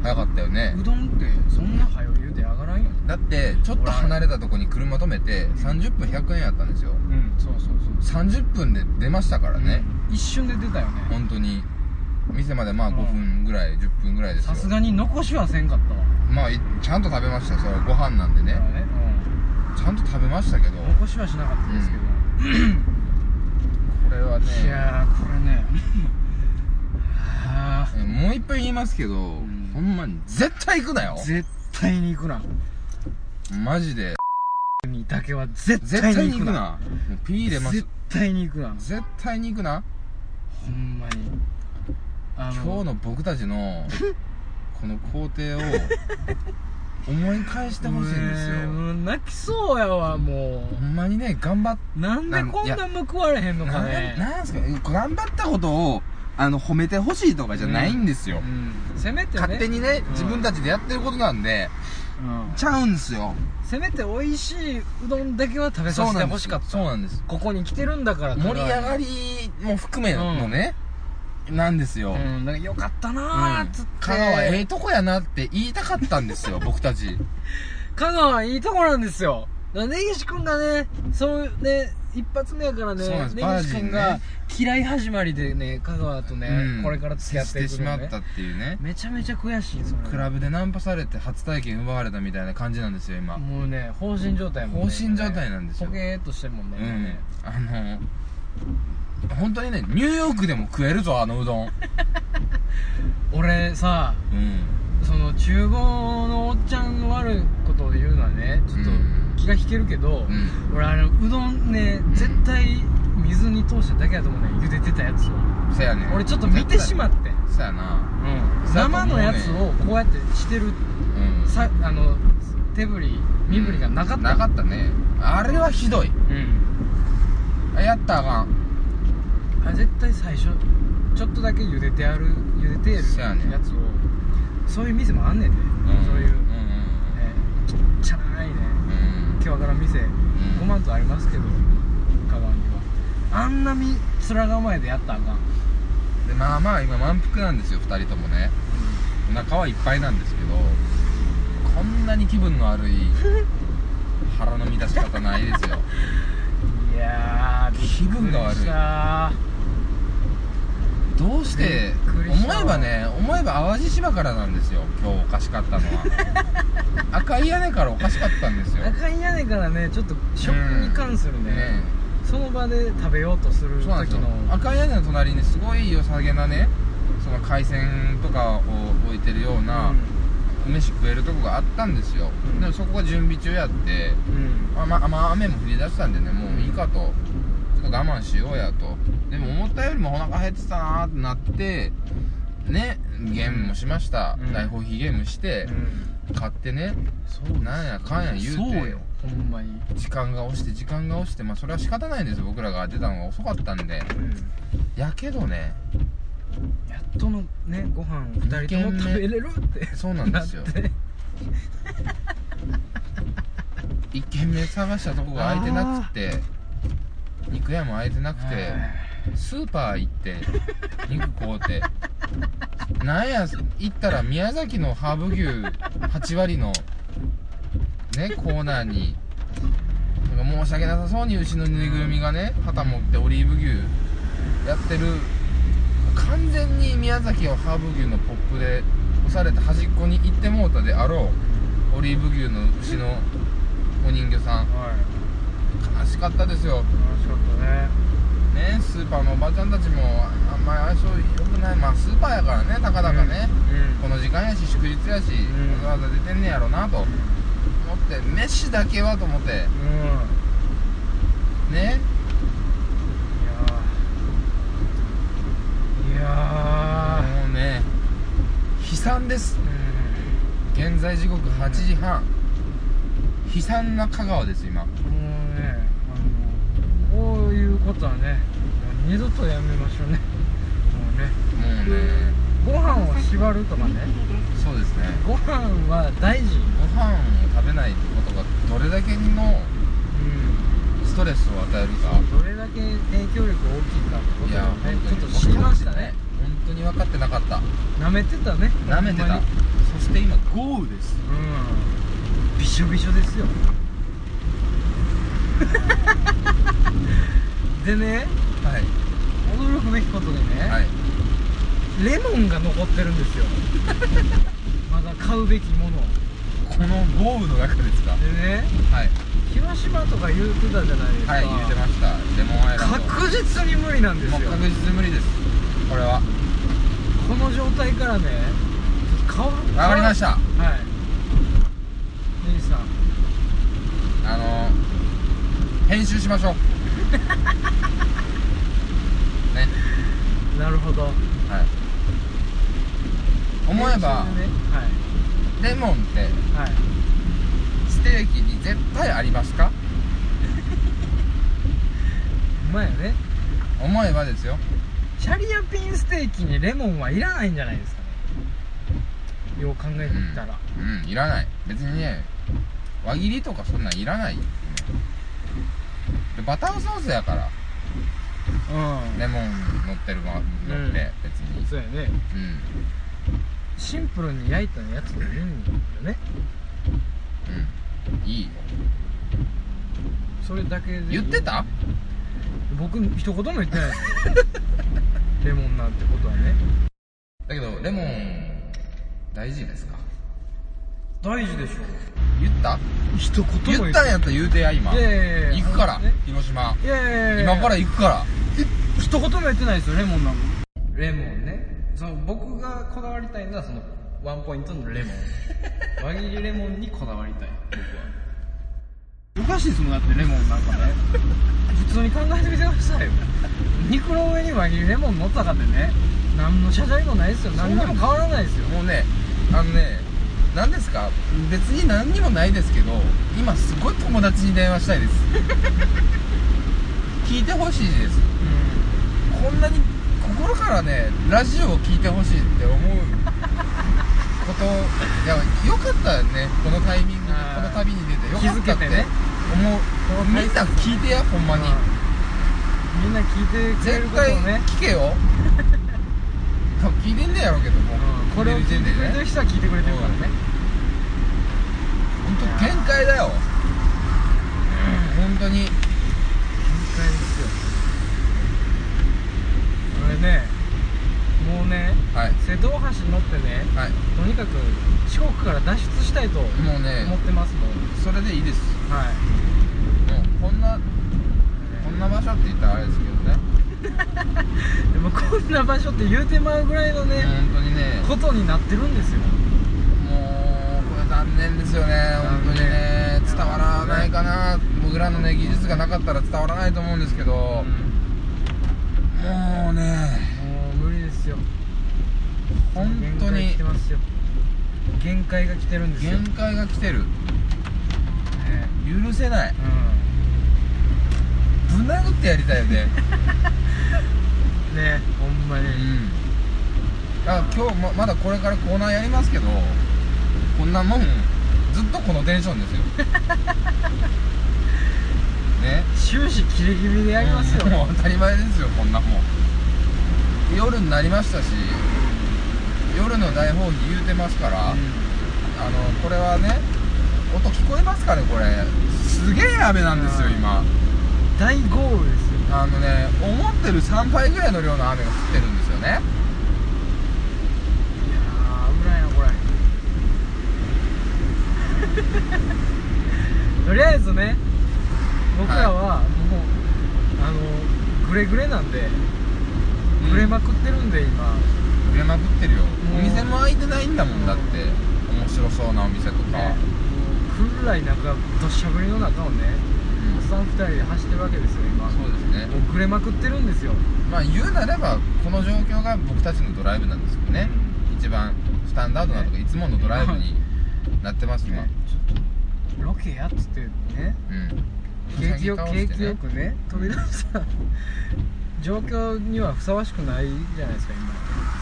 [SPEAKER 1] 早かったよね
[SPEAKER 2] うどんってそんな早い茹で上がらんやん
[SPEAKER 1] だってちょっと離れたとこに車止めて30分100円やったんですよ
[SPEAKER 2] うんそうそうそう
[SPEAKER 1] 30分で出ましたからね、
[SPEAKER 2] 一瞬で出たよね
[SPEAKER 1] 本当に店までまあ
[SPEAKER 2] うん
[SPEAKER 1] 5分ぐらい、10分ぐらいですよ
[SPEAKER 2] さすがに残しはせんかったわ
[SPEAKER 1] まあいちゃんと食べましたよそれはご飯なんでね
[SPEAKER 2] だからね
[SPEAKER 1] ちゃんと食べましたけど
[SPEAKER 2] うん残しはしなかったですけど、
[SPEAKER 1] これはね
[SPEAKER 2] いやーこれねあ
[SPEAKER 1] えもう一回言いますけど、
[SPEAKER 2] ん
[SPEAKER 1] ほんまに絶対行くなよ
[SPEAKER 2] ー 絶対に行くな
[SPEAKER 1] マジで
[SPEAKER 2] にだけは絶
[SPEAKER 1] 絶
[SPEAKER 2] 対
[SPEAKER 1] 対
[SPEAKER 2] に
[SPEAKER 1] に行
[SPEAKER 2] 行
[SPEAKER 1] く
[SPEAKER 2] くな
[SPEAKER 1] なもうピー入れます
[SPEAKER 2] 絶対に行くな
[SPEAKER 1] 絶対に行くな
[SPEAKER 2] ほんまにあ
[SPEAKER 1] 今日の僕たちのこの工程を思い返してほしいんですよ
[SPEAKER 2] ねえもう泣きそうやわも
[SPEAKER 1] ほんまにね頑張っ
[SPEAKER 2] うなんでこんな報われへんの
[SPEAKER 1] な
[SPEAKER 2] か
[SPEAKER 1] ん
[SPEAKER 2] ね
[SPEAKER 1] なんすか頑張ったことをあの褒めてほしいとかじゃないんですよ、
[SPEAKER 2] うんせめてね
[SPEAKER 1] 勝手にね、
[SPEAKER 2] うん
[SPEAKER 1] 自分たちでやってることなんで
[SPEAKER 2] うん
[SPEAKER 1] ちゃうんすよ
[SPEAKER 2] せめて美味しいうどんだけは食べさせてほしかった
[SPEAKER 1] そうなんです
[SPEAKER 2] ここに来てるんだから
[SPEAKER 1] 盛り上
[SPEAKER 2] り
[SPEAKER 1] がりも含めのね、なんですよ、
[SPEAKER 2] うんなんかよかったな
[SPEAKER 1] う
[SPEAKER 2] ー
[SPEAKER 1] ん
[SPEAKER 2] っつって
[SPEAKER 1] 香川ええとこやなって言いたかったんですよ僕たち
[SPEAKER 2] 香川いいとこなんですよだから根岸君がねそうね一発目やからね
[SPEAKER 1] そうなんです
[SPEAKER 2] 根
[SPEAKER 1] バー
[SPEAKER 2] 岸
[SPEAKER 1] ジン
[SPEAKER 2] 君
[SPEAKER 1] ね
[SPEAKER 2] が嫌い始まりでね香川とね、
[SPEAKER 1] うん
[SPEAKER 2] これから付き合って
[SPEAKER 1] 接
[SPEAKER 2] いく
[SPEAKER 1] してし
[SPEAKER 2] の
[SPEAKER 1] ま
[SPEAKER 2] ね
[SPEAKER 1] ったっていうね
[SPEAKER 2] めちゃめちゃ悔しいそれ
[SPEAKER 1] クラブでナンパされて初体験奪われたみたいな感じなんですよ今
[SPEAKER 2] もうね放心状態もんね
[SPEAKER 1] 放心状態なんですよ
[SPEAKER 2] ポケーっとしてるもんね、
[SPEAKER 1] う
[SPEAKER 2] 今
[SPEAKER 1] ん
[SPEAKER 2] ね
[SPEAKER 1] あの本当にねニューヨークでも食えるぞあのうどん
[SPEAKER 2] 俺さ
[SPEAKER 1] うん
[SPEAKER 2] その厨房のおっちゃんの悪いことを言うのはねちょっと
[SPEAKER 1] うん
[SPEAKER 2] 気が引けるけ
[SPEAKER 1] う
[SPEAKER 2] ど、
[SPEAKER 1] ん
[SPEAKER 2] 俺あのうどんね絶対水に通しただけだと思うね茹でてたやつを
[SPEAKER 1] そやね
[SPEAKER 2] 俺ちょっと見てしまって
[SPEAKER 1] そやな
[SPEAKER 2] 生のやつをこうやってしてる
[SPEAKER 1] うん
[SPEAKER 2] さあの手振り身振りがなかった、
[SPEAKER 1] なかったねあれはひどい
[SPEAKER 2] うん
[SPEAKER 1] あやったらあかん
[SPEAKER 2] あ絶対最初ちょっとだけ茹でてやる茹でて
[SPEAKER 1] そうやね
[SPEAKER 2] るやつをそういう店もあんねんで、そういう、
[SPEAKER 1] うん
[SPEAKER 2] ね、ちっちゃないね
[SPEAKER 1] うんうん
[SPEAKER 2] 今日から店
[SPEAKER 1] ん
[SPEAKER 2] 5万とありますけど香川にはあんなみ面構えでやったらあかん
[SPEAKER 1] うんでまあまあ今満腹なんですよ2人ともねお腹はいっぱいなんですけどこんなに気分の悪い腹の満たし方ないですよ
[SPEAKER 2] いやー
[SPEAKER 1] 気分が悪い
[SPEAKER 2] びっくりした
[SPEAKER 1] どうして
[SPEAKER 2] びっくりし
[SPEAKER 1] 思
[SPEAKER 2] たわ
[SPEAKER 1] えばね思えば淡路島からなんですよ今日おかしかったのは 赤い屋根からおかしかったんですよ
[SPEAKER 2] 赤い屋根からねちょっと食に関するね、
[SPEAKER 1] ね
[SPEAKER 2] その場で食べようとする
[SPEAKER 1] そうなんで
[SPEAKER 2] 時
[SPEAKER 1] すよ
[SPEAKER 2] の
[SPEAKER 1] 赤い屋根の隣にすごい良さげなねその海鮮とかを置いてるような、お飯食えるとこがあったんですよ、
[SPEAKER 2] うん
[SPEAKER 1] でもそこが準備中やって
[SPEAKER 2] うん、うん
[SPEAKER 1] まあ、まあ、まあ雨も降り出したんでねもういいかとちょっと我慢しようやとでも思ったよりもお腹減ってたなーってなってねゲームもしました、
[SPEAKER 2] うん
[SPEAKER 1] 大放棄ゲームして、買ってね
[SPEAKER 2] そう
[SPEAKER 1] なんやかんや言うて
[SPEAKER 2] そうよほんまに、
[SPEAKER 1] 時間が押して時間が押してまあそれは仕方ないんですよ僕らが出たのが遅かったんでやけどね
[SPEAKER 2] やっとのねご飯2人とも食べれるって
[SPEAKER 1] そうなんですよ
[SPEAKER 2] なって
[SPEAKER 1] 1軒目探したとこが空いてなくて肉屋も空いてなくてスーパー行って肉買うてなんや行ったら宮崎のハーブ牛8割のねコーナーになんか申し訳なさそうに牛のぬいぐるみがね旗持ってオリーブ牛やってる完全に宮崎をハーブ牛のポップで押されて端っこに行ってもうたであろうオリーブ牛の牛のお人形さん
[SPEAKER 2] はい
[SPEAKER 1] 悲しかったですよ
[SPEAKER 2] 楽しかったね
[SPEAKER 1] ねスーパーのおばちゃんたちもあんまり相性良くないまあスーパーやからねたかだかね、この時間やし祝日やし、
[SPEAKER 2] ん
[SPEAKER 1] わざわざ出てんねやろなと思って飯だけはと思って
[SPEAKER 2] うんうんいや
[SPEAKER 1] ね
[SPEAKER 2] ーいや
[SPEAKER 1] もうね悲惨です
[SPEAKER 2] ーうん
[SPEAKER 1] 現在時刻8時半、悲惨な香川です今
[SPEAKER 2] もうねあのこういうことはねもう二度とやめましょうねもうね
[SPEAKER 1] もうね
[SPEAKER 2] ご飯を縛るとかね
[SPEAKER 1] そうですね
[SPEAKER 2] ご飯は大事
[SPEAKER 1] ご飯を食べないことがどれだけの
[SPEAKER 2] う
[SPEAKER 1] ストレスを与えるか
[SPEAKER 2] んどれだけ影響力大きいかってこ
[SPEAKER 1] い
[SPEAKER 2] と
[SPEAKER 1] や
[SPEAKER 2] を
[SPEAKER 1] 本
[SPEAKER 2] ね
[SPEAKER 1] 当
[SPEAKER 2] ちょっ
[SPEAKER 1] に
[SPEAKER 2] と知りましたね
[SPEAKER 1] 本当に分かってなかった
[SPEAKER 2] なめてたね
[SPEAKER 1] 舐めて
[SPEAKER 2] ほん
[SPEAKER 1] た
[SPEAKER 2] まに
[SPEAKER 1] そスペインは豪雨です
[SPEAKER 2] う
[SPEAKER 7] びしょびしょです よでね
[SPEAKER 1] はい
[SPEAKER 2] ん驚くべきことにね、
[SPEAKER 1] はい
[SPEAKER 2] レモンが残ってるんで すよまだ買うべきもの
[SPEAKER 1] この豪雨の中ですか
[SPEAKER 2] でね
[SPEAKER 1] はい
[SPEAKER 2] 広島とか言ってたじゃないですか
[SPEAKER 1] はい入れてましたレモンアイランド
[SPEAKER 2] 確実に無理なんです
[SPEAKER 1] もう
[SPEAKER 2] よ
[SPEAKER 1] 確実に無理ですこれは
[SPEAKER 2] この状態からねちょっと顔わ
[SPEAKER 1] わかりました
[SPEAKER 2] はいネギさん
[SPEAKER 1] あの編集しましょ うね
[SPEAKER 2] なるほど
[SPEAKER 1] はい思えば
[SPEAKER 2] 練習でね
[SPEAKER 1] レモンって
[SPEAKER 2] はいはい
[SPEAKER 1] ステーキに絶対ありますか
[SPEAKER 2] うまいよね
[SPEAKER 1] 思えばですよ
[SPEAKER 2] シャリアピンステーキにレモンはいらないんじゃないですかねよう考えてみたら、
[SPEAKER 1] うん、うんいらない別にね輪切りとかそんなんいらない、でバターソースやから
[SPEAKER 2] うん
[SPEAKER 1] レモン乗ってるの乗って、別に
[SPEAKER 2] そうやね
[SPEAKER 1] うん
[SPEAKER 2] シンプルに焼いたやつでいいんだよね
[SPEAKER 1] うんいいよ
[SPEAKER 2] それだけでいい
[SPEAKER 1] 言ってた
[SPEAKER 2] 僕一言も言ってないですよレモンなんてことはね
[SPEAKER 1] だけどレモン大事ですか
[SPEAKER 2] 大事でしょ
[SPEAKER 1] 言った
[SPEAKER 2] 一言も言
[SPEAKER 1] 言ったんやったら言うてや今
[SPEAKER 2] いやいやいや
[SPEAKER 1] 行くから、
[SPEAKER 2] ね
[SPEAKER 1] 広島
[SPEAKER 2] いやいやいやいや
[SPEAKER 1] 今から行くから
[SPEAKER 2] 一言も言ってないですよレモンなのレモンねその僕がこだわりたいのはそのワンポイントのレモ ン輪切りレモンにこだわりたい僕は
[SPEAKER 7] おかしいですもんだってレモンなんかね
[SPEAKER 2] 普通に考えてみてくださいよ肉の上に輪切りレモン乗ったかってね何の謝罪もないですよ何にも変わらないですよ
[SPEAKER 1] もうねあのね何ですか別に何にもないですけど今すごい友達に電話したいです 聞いてほしいですこんなに心からねラジオを聞いてほしいって思うこといやよかったねこのタイミングで
[SPEAKER 2] あ
[SPEAKER 1] こ
[SPEAKER 2] ー
[SPEAKER 1] の旅に出てよ
[SPEAKER 2] 気
[SPEAKER 1] か
[SPEAKER 2] づ
[SPEAKER 1] った
[SPEAKER 2] け
[SPEAKER 1] ってて
[SPEAKER 2] ね
[SPEAKER 1] 思う
[SPEAKER 2] この
[SPEAKER 1] み
[SPEAKER 2] 回数
[SPEAKER 1] んな聞いてやほんまに
[SPEAKER 2] うんみんな聞いてくれ
[SPEAKER 1] 絶
[SPEAKER 2] ることを
[SPEAKER 1] 対
[SPEAKER 2] ね
[SPEAKER 1] 聞けよ多分聞いてんねやろうけども
[SPEAKER 2] うんこれを聞いてくれてる人は聞いてくれてるからね
[SPEAKER 1] 本当限界だよ本当に
[SPEAKER 2] 限界ですよこれねもうね
[SPEAKER 1] はい
[SPEAKER 2] 瀬戸大橋に乗ってね
[SPEAKER 1] はい
[SPEAKER 2] とにかく四国から脱出したいと思
[SPEAKER 1] もうね
[SPEAKER 2] ってますもん
[SPEAKER 1] それでいいです
[SPEAKER 2] はい
[SPEAKER 1] もうこんなこんな場所って言ったらあれですけどね
[SPEAKER 2] でもこんな場所って言うてまうぐらいのね、
[SPEAKER 1] 本当にね
[SPEAKER 2] ことになってるんですよ
[SPEAKER 1] もうこれ残念ですよね本当にね伝わらないかな僕らのね技術がなかったら伝わらないと思うんですけど、
[SPEAKER 2] も
[SPEAKER 1] もうね
[SPEAKER 2] う無理ですよ
[SPEAKER 1] 本当
[SPEAKER 2] 限界
[SPEAKER 1] に
[SPEAKER 2] 来てますよ限界が来てるんですよ、
[SPEAKER 1] 限界が来てる
[SPEAKER 2] ね
[SPEAKER 1] 許せない
[SPEAKER 2] うん
[SPEAKER 1] ぶん殴ってやりたいよね
[SPEAKER 2] ねほんまに、
[SPEAKER 1] うんあ今日もまだこれからコーナーやりますけどこんなもんずっとこのテンションですよ ね
[SPEAKER 2] 終始キレ気味でやりますよ、
[SPEAKER 1] うん もう当たり前ですよこんなもん夜になりましたし夜の大放棄言うてますから、あのこれはね音聞こえますかねこれすげえ雨なんですよ
[SPEAKER 2] うん
[SPEAKER 1] 今
[SPEAKER 2] 大豪雨ですよ
[SPEAKER 1] あのね思ってる3倍ぐらいの量の雨が降ってるんですよね
[SPEAKER 2] いやー危ないなこれとりあえずね僕らはもう、あのグレグレなんで、グレまくってるんで今
[SPEAKER 1] 売れまくってるよ
[SPEAKER 2] ん
[SPEAKER 1] お店も開いてないんだもんだって面白そうなお店とか、
[SPEAKER 2] ね暗い中どしゃ降りの中をね
[SPEAKER 1] うん
[SPEAKER 2] おっさん2人で走ってるわけですよ今
[SPEAKER 1] そうですね
[SPEAKER 2] もうグレまくってるんですよ
[SPEAKER 1] まあ言うなればこの状況が僕たちのドライブなんですよね、一番スタンダードなとか、
[SPEAKER 2] ね
[SPEAKER 1] いつものドライブになってます今、
[SPEAKER 2] ねちょっとロケやっつってね
[SPEAKER 1] うん
[SPEAKER 2] 景気よ
[SPEAKER 1] はしゃぎ
[SPEAKER 2] 景
[SPEAKER 1] 倒して
[SPEAKER 2] 気よくね飛び出した状況にはふさわしくないじゃないですか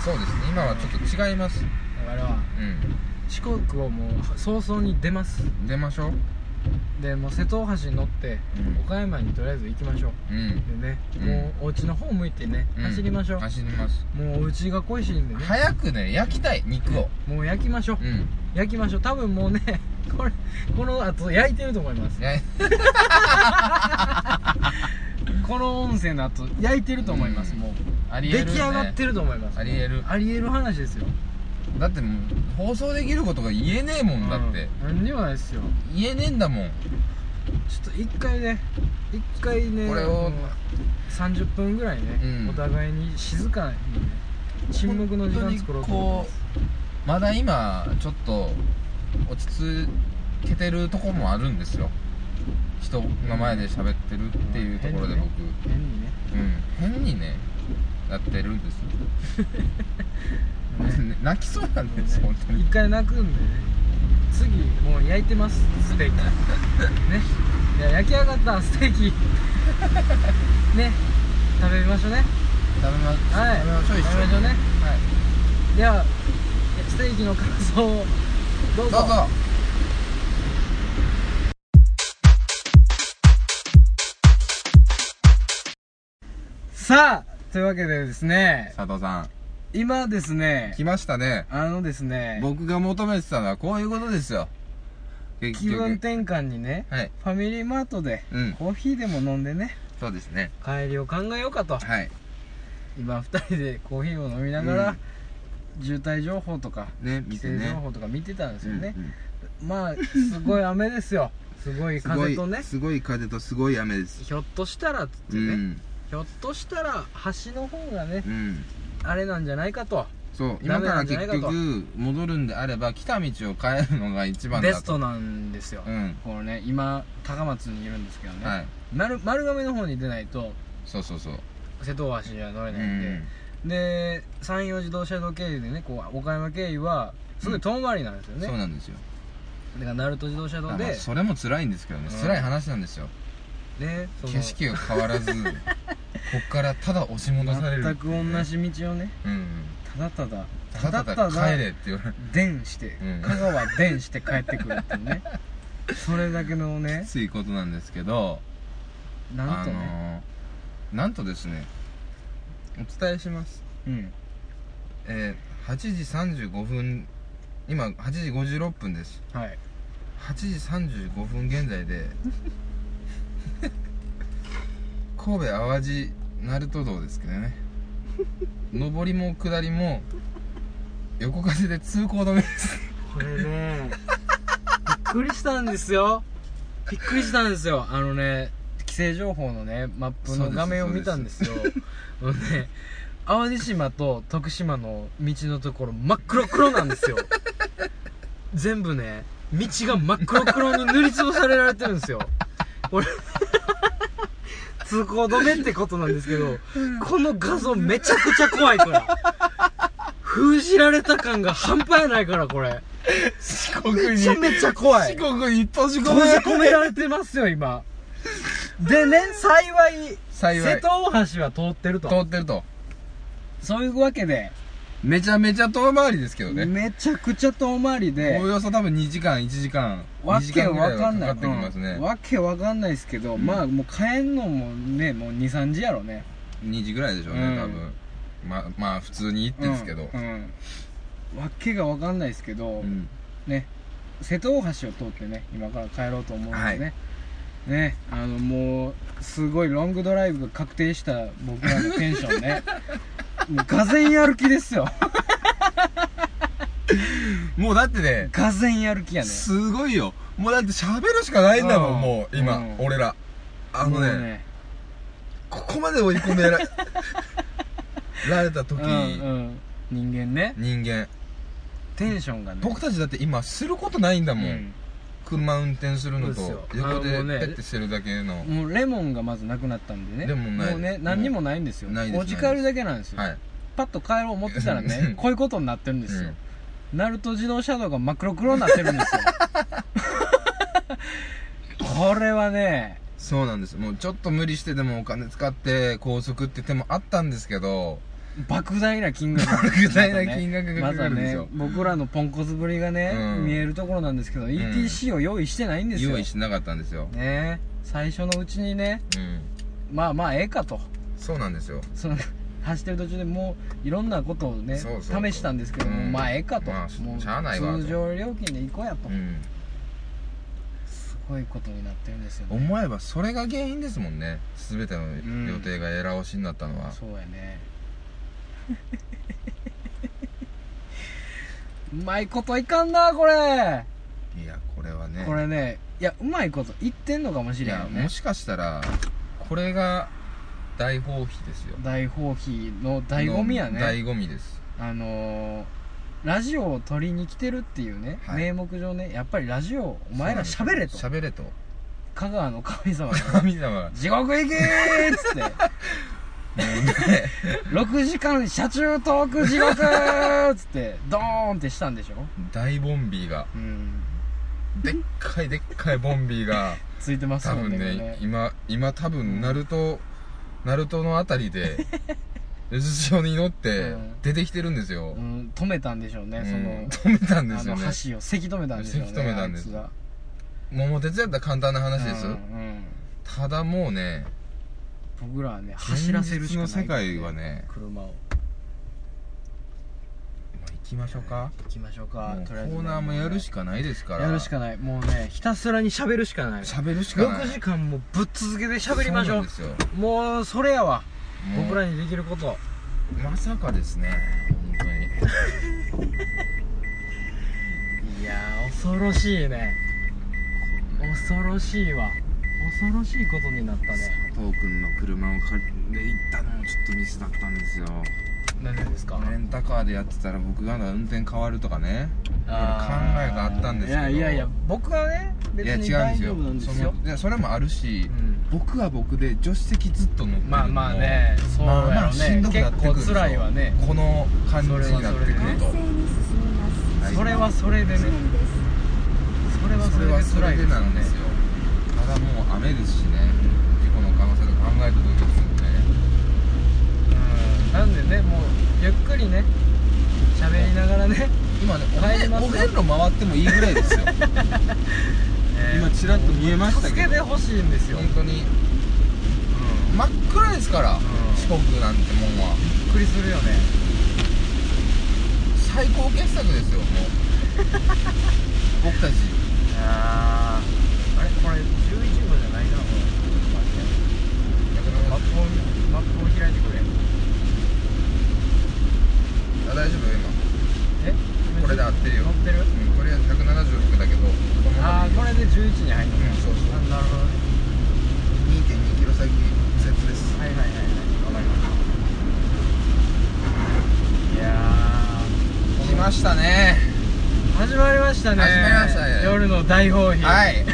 [SPEAKER 1] そうですね今はちょっと違います
[SPEAKER 2] 今だから
[SPEAKER 1] うん
[SPEAKER 2] 四国をもう早々に出ます
[SPEAKER 1] 出ましょう
[SPEAKER 2] でもう瀬戸大橋に乗って、
[SPEAKER 1] うん
[SPEAKER 2] 岡山にとりあえず行きましょう
[SPEAKER 1] うん
[SPEAKER 2] でね、
[SPEAKER 1] うん
[SPEAKER 2] もうお家の方向いてね、
[SPEAKER 1] うん
[SPEAKER 2] 走りましょう
[SPEAKER 1] 走ります
[SPEAKER 2] もうお家が恋しいんでね
[SPEAKER 1] 早くね焼きたい肉を
[SPEAKER 2] もう焼きましょう、
[SPEAKER 1] うん
[SPEAKER 2] 焼きましょう多分もうね これこの後焼いてると思います
[SPEAKER 1] や
[SPEAKER 2] この温泉の後焼いてると思います、
[SPEAKER 1] うん
[SPEAKER 2] もう
[SPEAKER 1] ありえ
[SPEAKER 2] 出
[SPEAKER 1] る、
[SPEAKER 2] 来
[SPEAKER 1] ね、
[SPEAKER 2] 上がってると思います
[SPEAKER 1] ありえる
[SPEAKER 2] ありえる話ですよ
[SPEAKER 1] だってもう放送できることが言えねえもんだって、
[SPEAKER 2] うん何にもないですよ
[SPEAKER 1] 言えねえんだもん
[SPEAKER 2] ちょっと一回ね一回ね
[SPEAKER 1] これを
[SPEAKER 2] もう30分ぐらいね、
[SPEAKER 1] うん
[SPEAKER 2] お互いに静かにね沈黙の時間作ろうと思います
[SPEAKER 1] まだ今ちょっと落ち着けてるとこもあるんですよ人の前で喋ってるっていうところで僕、
[SPEAKER 2] 変にね
[SPEAKER 1] うん変にねなってるんです
[SPEAKER 2] 変にね
[SPEAKER 1] 泣きそうなんです
[SPEAKER 2] も
[SPEAKER 1] 本
[SPEAKER 2] うね
[SPEAKER 1] 当に
[SPEAKER 2] 一回泣くんでね次もう焼いてますステーキ ねいや焼き上がったステーキね食べましょうね
[SPEAKER 1] 食べま
[SPEAKER 2] はい
[SPEAKER 1] 食べましょう一緒
[SPEAKER 2] 食べましょうね
[SPEAKER 1] はい
[SPEAKER 2] ではステーキの感想をどうぞ
[SPEAKER 1] どうぞ
[SPEAKER 2] さあというわけでですね
[SPEAKER 1] 佐藤さん
[SPEAKER 2] 今ですね
[SPEAKER 1] 来ましたね
[SPEAKER 2] あのですね
[SPEAKER 1] 僕が求めてたのはこういうことですよ結
[SPEAKER 2] 気
[SPEAKER 1] 局
[SPEAKER 2] 分転換にね
[SPEAKER 1] はい
[SPEAKER 2] ファミリーマートで
[SPEAKER 1] うん
[SPEAKER 2] コーヒーでも飲んでね
[SPEAKER 1] そうですね
[SPEAKER 2] 帰りを考えようかと
[SPEAKER 1] はい
[SPEAKER 2] 今2人でコーヒーを飲みながら、
[SPEAKER 1] うん
[SPEAKER 2] 渋滞情報とか
[SPEAKER 1] ね見て
[SPEAKER 2] 規制情
[SPEAKER 1] ね
[SPEAKER 2] 報とか見てたんですよね
[SPEAKER 1] う、んうん
[SPEAKER 2] まあすごい雨ですよすごい
[SPEAKER 1] すご
[SPEAKER 2] 風
[SPEAKER 1] い
[SPEAKER 2] とね
[SPEAKER 1] すごい風とすごい雨です
[SPEAKER 2] ひょっとしたらっつって
[SPEAKER 1] う
[SPEAKER 2] ね、
[SPEAKER 1] ん
[SPEAKER 2] ひょっとしたら橋の方がね
[SPEAKER 1] うん
[SPEAKER 2] あれなんじゃないかと
[SPEAKER 1] そう
[SPEAKER 2] ダ
[SPEAKER 1] 今か
[SPEAKER 2] メな
[SPEAKER 1] ら
[SPEAKER 2] んじゃない
[SPEAKER 1] 結
[SPEAKER 2] かと
[SPEAKER 1] 局戻るんであれば来た道を変えるのが一番だ
[SPEAKER 2] ベ
[SPEAKER 1] と
[SPEAKER 2] ストなんですよ、
[SPEAKER 1] うん
[SPEAKER 2] このね今高松にいるんですけどね、
[SPEAKER 1] はい
[SPEAKER 2] 丸丸亀の方に出ないと
[SPEAKER 1] そうそうそう
[SPEAKER 2] 瀬戸大橋には乗れ
[SPEAKER 1] う
[SPEAKER 2] ないんで、
[SPEAKER 1] ん
[SPEAKER 2] で山陽自動車道経由でねこう岡山経由はすごい遠回りなんですよね、
[SPEAKER 1] そうなんですよ
[SPEAKER 2] だから鳴門自動車
[SPEAKER 1] だから
[SPEAKER 2] 道
[SPEAKER 1] まあ
[SPEAKER 2] で
[SPEAKER 1] それも辛いんですけどね
[SPEAKER 2] うん
[SPEAKER 1] 辛い話なんですよ
[SPEAKER 2] ねその
[SPEAKER 1] 景色が変わら ずこっからただ押し戻される
[SPEAKER 2] 全く同じ道をね
[SPEAKER 1] うんうん
[SPEAKER 2] ただただ
[SPEAKER 1] ただただ帰れって言われる
[SPEAKER 2] 電して、
[SPEAKER 1] うん
[SPEAKER 2] 香川電して帰ってくるっていうねそれだけのね
[SPEAKER 1] きついことなんですけど
[SPEAKER 2] なんとね、
[SPEAKER 1] あのーなんとですねお伝えします
[SPEAKER 2] うん
[SPEAKER 1] えー、8時35分今8時56分です
[SPEAKER 2] はい
[SPEAKER 1] 8時35分現在 で神戸淡路鳴門道ですけどね上りも下りも横風で通行止め です
[SPEAKER 2] これねびっくりしたんですよびっくりしたんですよあのね規制情報のねマップ
[SPEAKER 1] そう
[SPEAKER 2] の
[SPEAKER 1] です
[SPEAKER 2] 画面を見たんですよあのね淡路島と徳島の道のところ真っ黒黒なんですよ全部ね道が真っ黒黒に塗りつぶされられてるんですよこれ通行止めってことなんですけどこの画像めちゃくちゃ怖いから封じられた感が半端やないからこれ
[SPEAKER 1] 四国に
[SPEAKER 2] めちゃめちゃ怖い
[SPEAKER 1] 四国に閉じ込
[SPEAKER 2] 閉じ
[SPEAKER 1] め
[SPEAKER 2] 込められてますよ今でね幸い
[SPEAKER 1] 幸い
[SPEAKER 2] 瀬戸大橋は通ってる
[SPEAKER 1] 通
[SPEAKER 2] と
[SPEAKER 1] ってると
[SPEAKER 2] そういうわけで、
[SPEAKER 1] めちゃめちゃ遠回りですけどね
[SPEAKER 2] めちゃくちゃ遠回りで
[SPEAKER 1] おおよそ多分2時間1時間2
[SPEAKER 2] わ
[SPEAKER 1] 時
[SPEAKER 2] け
[SPEAKER 1] 間ぐら
[SPEAKER 2] わ
[SPEAKER 1] い
[SPEAKER 2] か
[SPEAKER 1] は
[SPEAKER 2] ん
[SPEAKER 1] か
[SPEAKER 2] な
[SPEAKER 1] か
[SPEAKER 2] い
[SPEAKER 1] ってきます
[SPEAKER 2] う
[SPEAKER 1] ね
[SPEAKER 2] んわけわかんないですけど、
[SPEAKER 1] うん
[SPEAKER 2] まあもう帰んのもねもう23時やろね
[SPEAKER 1] 2時ぐらいでしょうね、
[SPEAKER 2] うん
[SPEAKER 1] 多分ままあ普通に行ってですけど
[SPEAKER 2] うんうんわけがわかんないですけど、
[SPEAKER 1] うん
[SPEAKER 2] ね瀬戸大橋を通ってね今から帰ろうと思うんでね、
[SPEAKER 1] はい
[SPEAKER 2] ねあのもうすごいロングドライブが確定した僕らのテンション ねもうがぜんやる気ですよ
[SPEAKER 1] もうだってね
[SPEAKER 2] がぜんやる気やね
[SPEAKER 1] すごいよもうだって喋るしかないんだも
[SPEAKER 2] うん
[SPEAKER 1] んもう今、
[SPEAKER 2] うん
[SPEAKER 1] 俺らあのね
[SPEAKER 2] もう
[SPEAKER 1] ここまで追い込め らられた時、
[SPEAKER 2] うんうん、人間ね
[SPEAKER 1] 人間
[SPEAKER 2] テンションがね
[SPEAKER 1] 僕たちだって今することないんだもん、車運転するのと
[SPEAKER 2] そうですよ
[SPEAKER 1] 横
[SPEAKER 2] あ
[SPEAKER 1] で
[SPEAKER 2] の
[SPEAKER 1] ペ
[SPEAKER 2] ね
[SPEAKER 1] ッてしてるだけの、
[SPEAKER 2] もうレモンがまずなくなったんでね
[SPEAKER 1] レモンない
[SPEAKER 2] もうね何にもないんですよ
[SPEAKER 1] ないです
[SPEAKER 2] お家帰るだけなんですよ、
[SPEAKER 1] はい
[SPEAKER 2] パッと帰ろう思ってたら
[SPEAKER 1] う
[SPEAKER 2] ね
[SPEAKER 1] ん
[SPEAKER 2] こういうことになってるんですよ、鳴門自動車道が真っ黒黒になってるんですよこれはね
[SPEAKER 1] そうなんですもうちょっと無理してでもお金使って高速って手もあったんですけど
[SPEAKER 7] 莫大な金額
[SPEAKER 1] 莫大な金額が
[SPEAKER 7] ま
[SPEAKER 1] かか
[SPEAKER 7] だ
[SPEAKER 1] るんです
[SPEAKER 7] ね
[SPEAKER 1] よ
[SPEAKER 7] 僕らのポンコツぶりがね、
[SPEAKER 1] うん
[SPEAKER 7] 見えるところなんですけど、ETC を用意してないんですよ
[SPEAKER 1] 用意してなかったんですよ、
[SPEAKER 7] ね最初のうちにね
[SPEAKER 1] うん
[SPEAKER 7] まあまあええかと
[SPEAKER 1] そうなんですよ
[SPEAKER 7] その走ってる途中でもういろんなことをね
[SPEAKER 1] そうそうそう
[SPEAKER 7] 試したんですけども、
[SPEAKER 1] うん
[SPEAKER 7] まあええかと、
[SPEAKER 1] まあ
[SPEAKER 7] もう
[SPEAKER 1] しゃあないわと
[SPEAKER 7] 通常料金で行こうやと、
[SPEAKER 1] うん
[SPEAKER 7] すごいことになってるんですよね
[SPEAKER 1] 思えばそれが原因ですもんね全ての
[SPEAKER 7] ん
[SPEAKER 1] 予定がエラ押しになったのは、
[SPEAKER 7] そうやね うまいこといかんなこれ
[SPEAKER 1] いやこれはね
[SPEAKER 7] これねいやうまいこと言ってんのかもし
[SPEAKER 1] い
[SPEAKER 7] れん
[SPEAKER 1] や
[SPEAKER 7] よね
[SPEAKER 1] もしかしたらこれが大放棄ですよ
[SPEAKER 7] 大放棄の醍醐味や
[SPEAKER 1] の醍
[SPEAKER 7] ね
[SPEAKER 1] 醐味です
[SPEAKER 7] あのーラジオを撮りに来てるっていうね、
[SPEAKER 1] は
[SPEAKER 7] 名
[SPEAKER 1] い
[SPEAKER 7] 目上ねやっぱりラジオお前ら喋れと
[SPEAKER 1] 喋れと
[SPEAKER 7] 香川の神様が
[SPEAKER 1] 神様がも
[SPEAKER 7] 地獄行きーっつって
[SPEAKER 1] う ね
[SPEAKER 7] 6時間車中トーク地獄ーっつってドーンってしたんでしょ
[SPEAKER 1] 大ボンビーが
[SPEAKER 7] うん
[SPEAKER 1] でっかいでっかいボンビ ーが
[SPEAKER 7] ついてます
[SPEAKER 1] 多
[SPEAKER 7] もん
[SPEAKER 1] 分
[SPEAKER 7] ねこれ
[SPEAKER 1] ね
[SPEAKER 7] ね
[SPEAKER 1] 今今多分ナルトナルトのあた りで術上に乗って
[SPEAKER 7] うん
[SPEAKER 1] 出てきてるんですよ、
[SPEAKER 7] うん、止めたんでしょうね、そ
[SPEAKER 1] うん
[SPEAKER 7] の
[SPEAKER 1] 止めたんで
[SPEAKER 7] あ
[SPEAKER 1] す
[SPEAKER 7] の
[SPEAKER 1] よね
[SPEAKER 7] 箸をせき止めたんでしょうね
[SPEAKER 1] せき止めたんです
[SPEAKER 7] あいつが
[SPEAKER 1] 桃鉄やったら簡単な話です、
[SPEAKER 7] うんうん
[SPEAKER 1] ただもうね
[SPEAKER 7] 僕らはね走らせるしかない
[SPEAKER 1] 現実の世界はね
[SPEAKER 7] 車を
[SPEAKER 1] まあ行きましょうか
[SPEAKER 7] 行きましょうか
[SPEAKER 1] もうコ
[SPEAKER 7] とりあえず
[SPEAKER 1] ーナーもやるしかないですから
[SPEAKER 7] やるしかないもうね
[SPEAKER 2] ひたすらに喋るしかない
[SPEAKER 1] 喋るしかない
[SPEAKER 2] 6時間もぶっ続けて喋りまし
[SPEAKER 1] そうな
[SPEAKER 2] ょ
[SPEAKER 1] ん
[SPEAKER 2] う
[SPEAKER 1] ですよ
[SPEAKER 2] もうそれやわ
[SPEAKER 1] もう
[SPEAKER 2] 僕らにできること
[SPEAKER 1] まさかですね本当に
[SPEAKER 2] いやー恐ろしいね恐ろしいわ恐ろしいことになったね
[SPEAKER 1] 佐藤君の車を借りて行ったのもちょっとミスだったんですよ
[SPEAKER 2] 何でですか
[SPEAKER 1] レンタカーでやってたら僕が運転変わるとかねいろいろ考えがあったんですけど
[SPEAKER 7] いやいやいや僕はね
[SPEAKER 1] いや
[SPEAKER 7] 別
[SPEAKER 1] 違
[SPEAKER 7] に
[SPEAKER 1] う
[SPEAKER 7] 大
[SPEAKER 1] んで
[SPEAKER 7] 丈夫なんです
[SPEAKER 1] すよ
[SPEAKER 7] よ
[SPEAKER 1] そのいやそれもあるし、
[SPEAKER 2] うん
[SPEAKER 1] 僕は僕で助手席ずっと乗ってるのも
[SPEAKER 2] まあまあねそうやろね
[SPEAKER 1] まあまあしんどくなってくるんです
[SPEAKER 2] 結構辛いわね
[SPEAKER 1] この感じになってくる
[SPEAKER 4] 南
[SPEAKER 1] と
[SPEAKER 4] 西に進みます
[SPEAKER 1] はい
[SPEAKER 2] それはそれでね
[SPEAKER 4] 地面です
[SPEAKER 2] それはそ
[SPEAKER 1] それ
[SPEAKER 2] れで
[SPEAKER 1] はそ
[SPEAKER 2] 辛
[SPEAKER 1] れ
[SPEAKER 2] い
[SPEAKER 1] でなんですよただもう雨ですしね事故の可能性と考えた時です
[SPEAKER 2] うんなんでねもうゆっくりね喋りながらね
[SPEAKER 1] もんね
[SPEAKER 2] 帰り
[SPEAKER 1] 今
[SPEAKER 2] ま
[SPEAKER 1] ねお
[SPEAKER 2] す
[SPEAKER 1] 遍路回ってもいいぐらい ですよ今ちらっと見えましたけど
[SPEAKER 2] 助けてほしいんですよ、
[SPEAKER 1] 本当に真っ暗ですから、四国なんてもんは
[SPEAKER 2] びっくりするよね
[SPEAKER 1] 最高傑作ですよ もう僕たち
[SPEAKER 2] あーあれこれ11号じゃないなこれマップをマップを開いてくれ
[SPEAKER 1] あ大丈夫今
[SPEAKER 2] え
[SPEAKER 1] これで合ってるよ
[SPEAKER 2] 乗ってる
[SPEAKER 1] うんとりあえず176だけどこの
[SPEAKER 2] ああこれで11に入るのか、
[SPEAKER 1] うんそうそう
[SPEAKER 2] あなるほどね
[SPEAKER 1] 2.2キロ先右折です
[SPEAKER 2] はいはいはいはいわかりましたいや
[SPEAKER 1] 来ましたね
[SPEAKER 2] ー始まりましたね
[SPEAKER 1] 始まりましたね
[SPEAKER 2] 夜の大放棄
[SPEAKER 1] はいど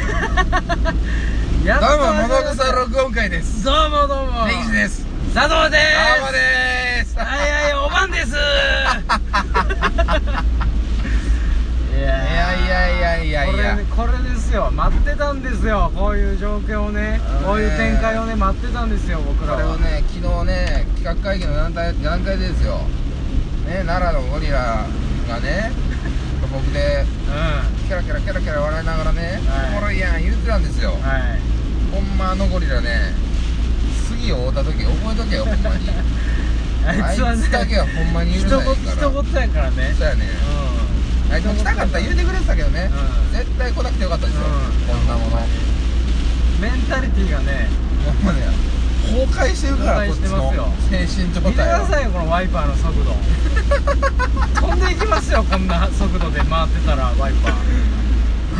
[SPEAKER 2] やっと
[SPEAKER 1] うも
[SPEAKER 2] 始まり
[SPEAKER 1] 桃
[SPEAKER 2] ました
[SPEAKER 1] 草録音会です
[SPEAKER 2] どうもどうも
[SPEAKER 1] 力士です
[SPEAKER 2] 佐藤です
[SPEAKER 1] どうもです
[SPEAKER 2] はいはいおばんですい
[SPEAKER 1] いやいやいやいやいや
[SPEAKER 2] これこれですよ待ってたんですよこういう状況をね
[SPEAKER 1] あのね
[SPEAKER 2] こういう展開をね待ってたんですよ僕ら
[SPEAKER 1] これ
[SPEAKER 2] は
[SPEAKER 1] をね昨日ね企画会議の段階段階でですよね奈良のゴリラがね僕で
[SPEAKER 2] うんは
[SPEAKER 1] キャラキャラキャラキャラ笑いながらね、
[SPEAKER 2] は
[SPEAKER 1] お
[SPEAKER 2] い
[SPEAKER 1] もろいやん言ってたんですよ、
[SPEAKER 2] い
[SPEAKER 1] ほんまあのゴリラね杉を追った時覚えとけよ ほんまに
[SPEAKER 2] あいつはね
[SPEAKER 1] あいつだけはほんまに許
[SPEAKER 2] 一
[SPEAKER 1] さない
[SPEAKER 2] 言
[SPEAKER 1] から
[SPEAKER 2] 一言やからね
[SPEAKER 1] そうやねあいつも来たかったら言うてくれてたけどね、
[SPEAKER 2] うん
[SPEAKER 1] 絶対来なくてよかったですよ、
[SPEAKER 2] うん
[SPEAKER 1] こんなものほ
[SPEAKER 2] うんメンタリティーがね
[SPEAKER 1] んまね崩壊してるから
[SPEAKER 2] 崩
[SPEAKER 1] こっち
[SPEAKER 2] 壊してますよ
[SPEAKER 1] の精神状
[SPEAKER 2] 見てく
[SPEAKER 1] 態
[SPEAKER 2] ださ
[SPEAKER 1] はい
[SPEAKER 2] よこのワイパーの速 度飛んでいきますよこんな速度で回ってたらワイパー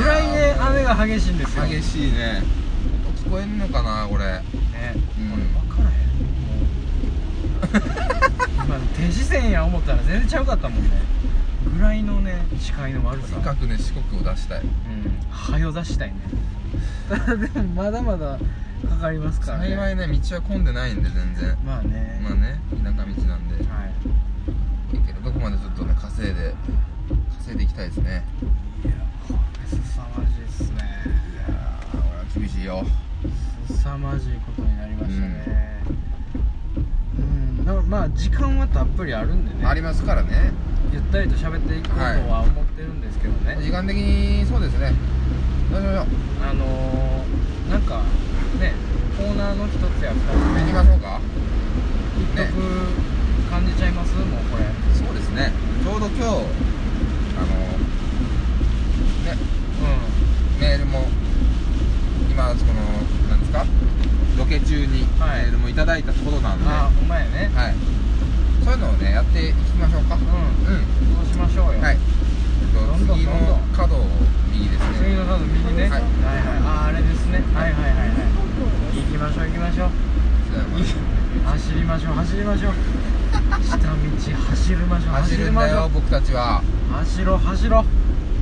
[SPEAKER 2] ぐらいね雨が激しいんですよ
[SPEAKER 1] 激
[SPEAKER 2] し
[SPEAKER 1] しいね音聞こえんのかなこれ
[SPEAKER 2] いね
[SPEAKER 1] うん
[SPEAKER 2] これ分からへ んもう今手視線や思ったら全然ちゃうかったもんねぐらいのね視界の悪
[SPEAKER 1] と
[SPEAKER 2] さ
[SPEAKER 1] にかくね四国を出したい
[SPEAKER 2] うんはよ出したいね でもまだまだかかりますからね
[SPEAKER 1] 幸いね道は混んでないんで全然
[SPEAKER 2] まあね
[SPEAKER 1] まあね田舎道なんで
[SPEAKER 2] はい
[SPEAKER 1] いけるとこまでちょっとね稼いで稼いでいきたいですね
[SPEAKER 2] いやこれ凄まじいっすね
[SPEAKER 1] いやー俺は厳しいよ
[SPEAKER 2] 凄まじいことになりましたねうん、だからまああ時間はたっぷりあるんでね
[SPEAKER 1] ありますからね
[SPEAKER 2] ゆったりと喋っていこうとは思ってるんですけどね、
[SPEAKER 1] 時間的にそうですねどうしましょう
[SPEAKER 2] あのー、なんかねコーナーの一つや二つ目
[SPEAKER 1] 行きましょうか
[SPEAKER 2] 一
[SPEAKER 1] ね
[SPEAKER 2] 曲感じちゃいますもうこれ
[SPEAKER 1] そうですねちょうど今日あのね
[SPEAKER 2] う
[SPEAKER 1] メールも今そのなんですかロケ中にメ
[SPEAKER 2] はい
[SPEAKER 1] ールもいただいたところなん
[SPEAKER 2] ん
[SPEAKER 1] で、
[SPEAKER 2] あ
[SPEAKER 1] は
[SPEAKER 2] お前
[SPEAKER 1] い
[SPEAKER 2] ね
[SPEAKER 1] そういうのをねやっていきましょうかう
[SPEAKER 2] うん
[SPEAKER 1] ん
[SPEAKER 2] そうしましょうよ、
[SPEAKER 1] はい、えっ
[SPEAKER 2] ど
[SPEAKER 1] と、
[SPEAKER 2] んどん
[SPEAKER 1] 次の
[SPEAKER 2] どんどん
[SPEAKER 1] 角を右です
[SPEAKER 2] 次
[SPEAKER 1] ね
[SPEAKER 2] の角右ね、
[SPEAKER 1] は
[SPEAKER 2] はいい、はいああれですねはいはいはいはい行きましょう行きましょう走りましょう走り ましょう下道走りましょう
[SPEAKER 1] 走るん
[SPEAKER 2] ま
[SPEAKER 1] だ
[SPEAKER 2] しょ
[SPEAKER 1] よ
[SPEAKER 2] う
[SPEAKER 1] 僕たちは
[SPEAKER 2] 走ろう走ろう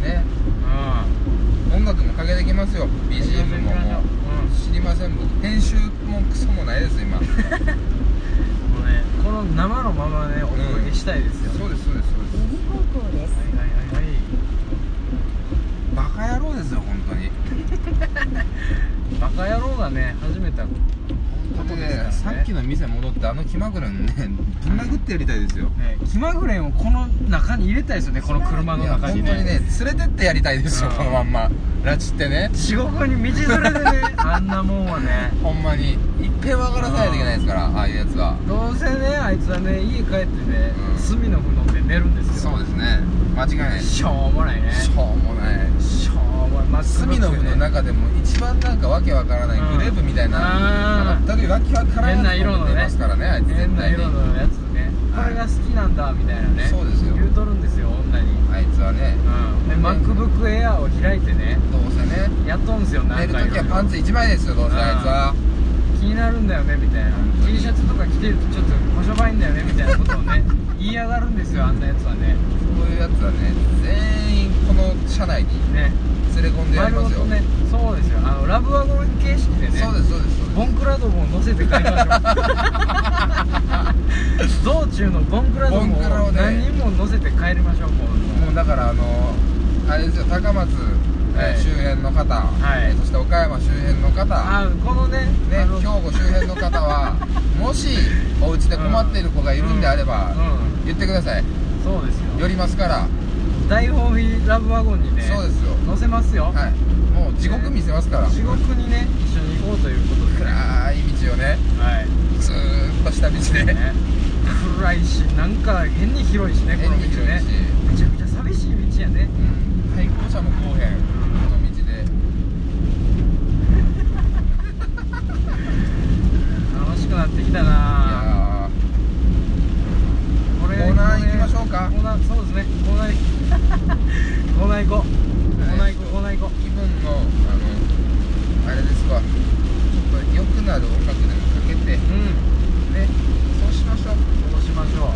[SPEAKER 1] ね
[SPEAKER 2] う
[SPEAKER 1] 音楽もかけてきますよ BGM も
[SPEAKER 2] 行きましょ
[SPEAKER 1] も
[SPEAKER 2] う
[SPEAKER 1] う知りません僕編集もクソもないです 今そうです
[SPEAKER 2] んもうねこの生のままねお届けしたいですよ、
[SPEAKER 1] そうですそうです
[SPEAKER 4] 右方向です
[SPEAKER 2] はいはいはいは
[SPEAKER 1] バ
[SPEAKER 2] い
[SPEAKER 1] カ野郎ですよ本当に
[SPEAKER 2] バカ野郎がね初めて会う
[SPEAKER 1] 本当に
[SPEAKER 2] ことですから
[SPEAKER 1] ねさ
[SPEAKER 2] ね
[SPEAKER 1] っきの店戻ってあの気まぐれにねぶん殴ってやりたいですよ
[SPEAKER 2] ね気まぐれをこの中に入れたいですよねこの車の
[SPEAKER 1] いや
[SPEAKER 2] 中
[SPEAKER 1] 本当
[SPEAKER 2] に
[SPEAKER 1] に
[SPEAKER 2] ね
[SPEAKER 1] ね連れてってやりたいですよ
[SPEAKER 2] うん
[SPEAKER 1] このまんま拉致ってね
[SPEAKER 2] 地獄に道連れで ねあんなもんはね
[SPEAKER 1] ほんまにいっぺん分からさないといけないですからああいうやつは
[SPEAKER 2] どうせねあいつはね家帰ってね、
[SPEAKER 1] うん
[SPEAKER 2] 隅の布飲んで寝るんですよ
[SPEAKER 1] そうですね間違いないです
[SPEAKER 2] しょうもないね
[SPEAKER 1] しょうもない
[SPEAKER 2] しょうもないまっすぐ
[SPEAKER 1] 隅の部の中でも一番なんかわけわからないグレープみたいな
[SPEAKER 2] うん
[SPEAKER 1] 全くわけわから
[SPEAKER 2] 変
[SPEAKER 1] な
[SPEAKER 2] ない
[SPEAKER 1] やつ
[SPEAKER 2] 色
[SPEAKER 1] 持っ
[SPEAKER 2] の
[SPEAKER 1] てい
[SPEAKER 2] ね
[SPEAKER 1] ますからねあいつ
[SPEAKER 2] 変
[SPEAKER 1] 絶
[SPEAKER 2] な
[SPEAKER 1] 対に
[SPEAKER 2] 色のやつねこれが好きなんだみたいなね
[SPEAKER 1] そうですよ
[SPEAKER 2] 言うとるんですよ女に
[SPEAKER 1] あいつはね
[SPEAKER 2] うんで MacBookAir を開いてね
[SPEAKER 1] どうせね
[SPEAKER 2] やっとんすよな
[SPEAKER 1] 寝
[SPEAKER 2] ん
[SPEAKER 1] る
[SPEAKER 2] か
[SPEAKER 1] ときはパン
[SPEAKER 2] 色
[SPEAKER 1] ツ1枚ですよどうせ
[SPEAKER 2] うん
[SPEAKER 1] あいつは
[SPEAKER 2] 々気になるんだよねみたいな T シャツとか着てるとちょっとこしょばいんだよねみたいなことを ね言いやがるんですよあんなやつはね
[SPEAKER 1] そういうやつはね全員この車内に
[SPEAKER 2] ね
[SPEAKER 1] 連れ込んでやりま
[SPEAKER 2] 丸ご
[SPEAKER 1] す
[SPEAKER 2] と
[SPEAKER 1] よ、
[SPEAKER 2] ねそうですよあのラブワゴン形式でね
[SPEAKER 1] そうですそうですそうです
[SPEAKER 2] ボンクラどもを乗せて帰りましょう道中のボンクラども
[SPEAKER 1] ボンクラを
[SPEAKER 2] を
[SPEAKER 1] ね
[SPEAKER 2] 何人も乗せて帰りましょうこう
[SPEAKER 1] もうだからあのあれですよ高松、
[SPEAKER 2] は
[SPEAKER 1] え
[SPEAKER 2] い
[SPEAKER 1] ー周辺の方、
[SPEAKER 2] はい
[SPEAKER 1] えーそして岡山周辺の方
[SPEAKER 2] あこのね
[SPEAKER 1] ね
[SPEAKER 2] あ、の
[SPEAKER 1] 兵庫周辺の方 はもしお家で困っている子がいるんであれば、
[SPEAKER 2] うん
[SPEAKER 1] 言ってください
[SPEAKER 2] そうです
[SPEAKER 1] 寄
[SPEAKER 2] よ
[SPEAKER 1] りますから、
[SPEAKER 2] 大宝ビラブワゴンにね
[SPEAKER 1] そうですよ
[SPEAKER 2] 乗せますよ、
[SPEAKER 1] はいもう地獄見せますから、
[SPEAKER 2] 地獄にね一緒に行こうということでね
[SPEAKER 1] 暗い道をね
[SPEAKER 2] はい
[SPEAKER 1] ずーっと下道で
[SPEAKER 2] ね暗いしなんか変に広いしねこの道
[SPEAKER 1] 変に広い
[SPEAKER 2] ね
[SPEAKER 1] し
[SPEAKER 2] めちゃめちゃ寂しい道やね
[SPEAKER 1] うん対向車もこうへんこの道で
[SPEAKER 2] 楽しくなってきたないぁこれ
[SPEAKER 1] コーナー行きましょうか
[SPEAKER 2] コーナーそうですねコーナ ー行コーナー行こ
[SPEAKER 1] や
[SPEAKER 2] うコ
[SPEAKER 1] ー
[SPEAKER 2] ーナー行こうコーナー行こ
[SPEAKER 1] 気分のあのあれですわちょっと良くなる音楽でもかけてね
[SPEAKER 2] ううん
[SPEAKER 1] そうしましょう
[SPEAKER 2] そうしましょ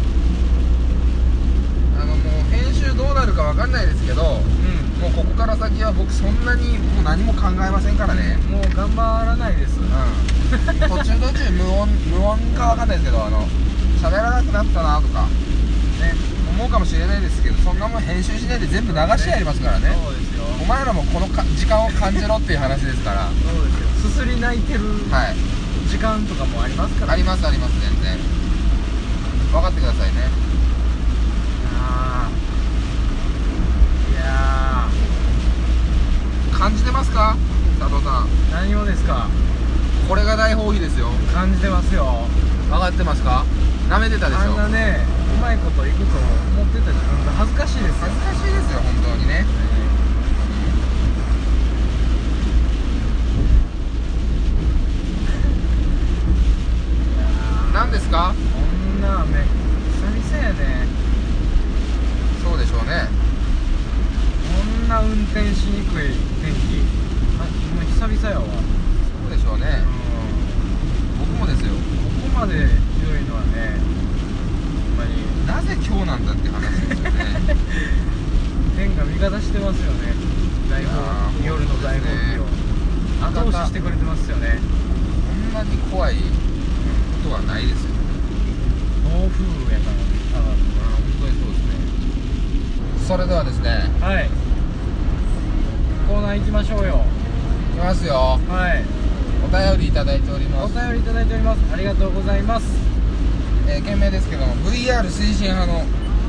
[SPEAKER 1] あのもう編集どうなるかわかんないですけども
[SPEAKER 2] うう
[SPEAKER 1] うここから先は僕そんなにもう何も考えませんからね
[SPEAKER 2] んもう頑張らないです
[SPEAKER 1] うん途中途中無音 無音かわかんないですけどあの喋らなくなったなとかね思うかもしれないですけどそんなもん編集しないで全部流してやりますからね
[SPEAKER 2] そうですよ
[SPEAKER 1] お前らもこのか時間を感じろっていう話ですからは
[SPEAKER 2] そうですよすすり泣いてる
[SPEAKER 1] い
[SPEAKER 2] 時間とかもありますから
[SPEAKER 1] ありますあります全然分かってくださいね
[SPEAKER 2] あーいや
[SPEAKER 1] 感じてますか佐藤さん
[SPEAKER 2] ー何をですか
[SPEAKER 1] これが大放棄ですよ
[SPEAKER 2] 感じてますよ
[SPEAKER 1] 分かってますかなめてたでし
[SPEAKER 2] あ
[SPEAKER 1] ょ
[SPEAKER 2] んなねうまいこといくと思ってた自分が恥ずかしいですよ
[SPEAKER 1] 恥ずかしいですよ本当にね何ですか
[SPEAKER 2] こんな雨久々やね
[SPEAKER 1] そうでしょうね
[SPEAKER 2] こんな運転しにくい天気あもう久々やわうん
[SPEAKER 1] そうでしょうね僕もですよ
[SPEAKER 2] ここまでひどいのはねほんまに
[SPEAKER 1] なぜ今日なんだって話ですよ ね
[SPEAKER 2] 天が味方してますよね大
[SPEAKER 1] いやー
[SPEAKER 2] 根夜の大根
[SPEAKER 1] 本
[SPEAKER 2] を後押ししてくれてますよね
[SPEAKER 1] こんなに怖いことはないですよ
[SPEAKER 2] 暴風雨やか
[SPEAKER 1] うん本当にそうですねそれではですね
[SPEAKER 2] らはいコーナー行きましょうよ
[SPEAKER 1] いきますよ
[SPEAKER 2] はい
[SPEAKER 1] お便りいただいておりま
[SPEAKER 2] お
[SPEAKER 1] す
[SPEAKER 2] 便りいただいておりますありがとうございます
[SPEAKER 1] ええー、件名ですけども VR 推進派の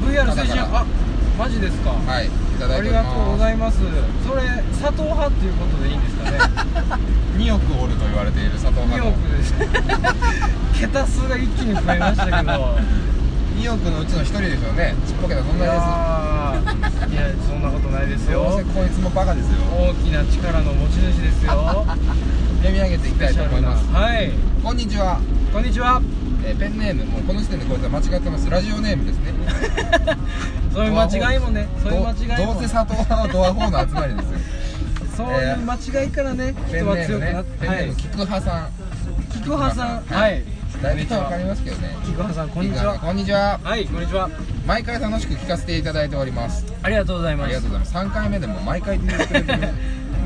[SPEAKER 2] VR 推進あマジですか、
[SPEAKER 1] はいいただ
[SPEAKER 2] あ
[SPEAKER 1] いてお
[SPEAKER 2] り
[SPEAKER 1] り
[SPEAKER 2] がとうご
[SPEAKER 1] ま
[SPEAKER 2] ざいますそれ佐藤派っていうことでいいんです かね
[SPEAKER 1] す2億おると言われている佐藤派
[SPEAKER 2] 2
[SPEAKER 1] の
[SPEAKER 2] 億です 桁数が一気に増えました けど
[SPEAKER 1] 2億のうちの1人ですよねちっぽけな存在
[SPEAKER 2] い
[SPEAKER 1] です
[SPEAKER 2] やーいやそんなことないです
[SPEAKER 1] ど
[SPEAKER 2] よ
[SPEAKER 1] うせこいつもバカですよ
[SPEAKER 2] 大きな力の持ち主です よ
[SPEAKER 1] 読み上げていきたいと思います
[SPEAKER 2] はい
[SPEAKER 1] こんにちは、
[SPEAKER 2] こんにちは
[SPEAKER 1] えーペンネームもうこの時点でこいつは間違ってますラジオネームですね
[SPEAKER 2] そういう間違いもねそういう間違
[SPEAKER 1] ど
[SPEAKER 2] いも
[SPEAKER 1] どうせ佐藤派のドアホーの集まりですよ
[SPEAKER 2] そういう間違いからね
[SPEAKER 1] ペン
[SPEAKER 2] 人
[SPEAKER 1] ネ
[SPEAKER 2] は
[SPEAKER 1] ー
[SPEAKER 2] 強
[SPEAKER 1] ム
[SPEAKER 2] くな
[SPEAKER 1] ね
[SPEAKER 2] っ
[SPEAKER 1] ペ
[SPEAKER 2] て
[SPEAKER 1] ンネ
[SPEAKER 2] は
[SPEAKER 1] ーム
[SPEAKER 2] い
[SPEAKER 1] 菊葉さん
[SPEAKER 2] 菊葉さんはい
[SPEAKER 1] だいぶ人は分かりますけどね
[SPEAKER 2] 菊葉さんこんにちは
[SPEAKER 1] こんにちは
[SPEAKER 2] はいこんにちは
[SPEAKER 1] 毎回楽しく聞かせていただいております
[SPEAKER 2] ありがとうござい
[SPEAKER 1] あ
[SPEAKER 2] ま
[SPEAKER 1] りが
[SPEAKER 2] す
[SPEAKER 1] とうございます3回目でも毎回出てくれ てね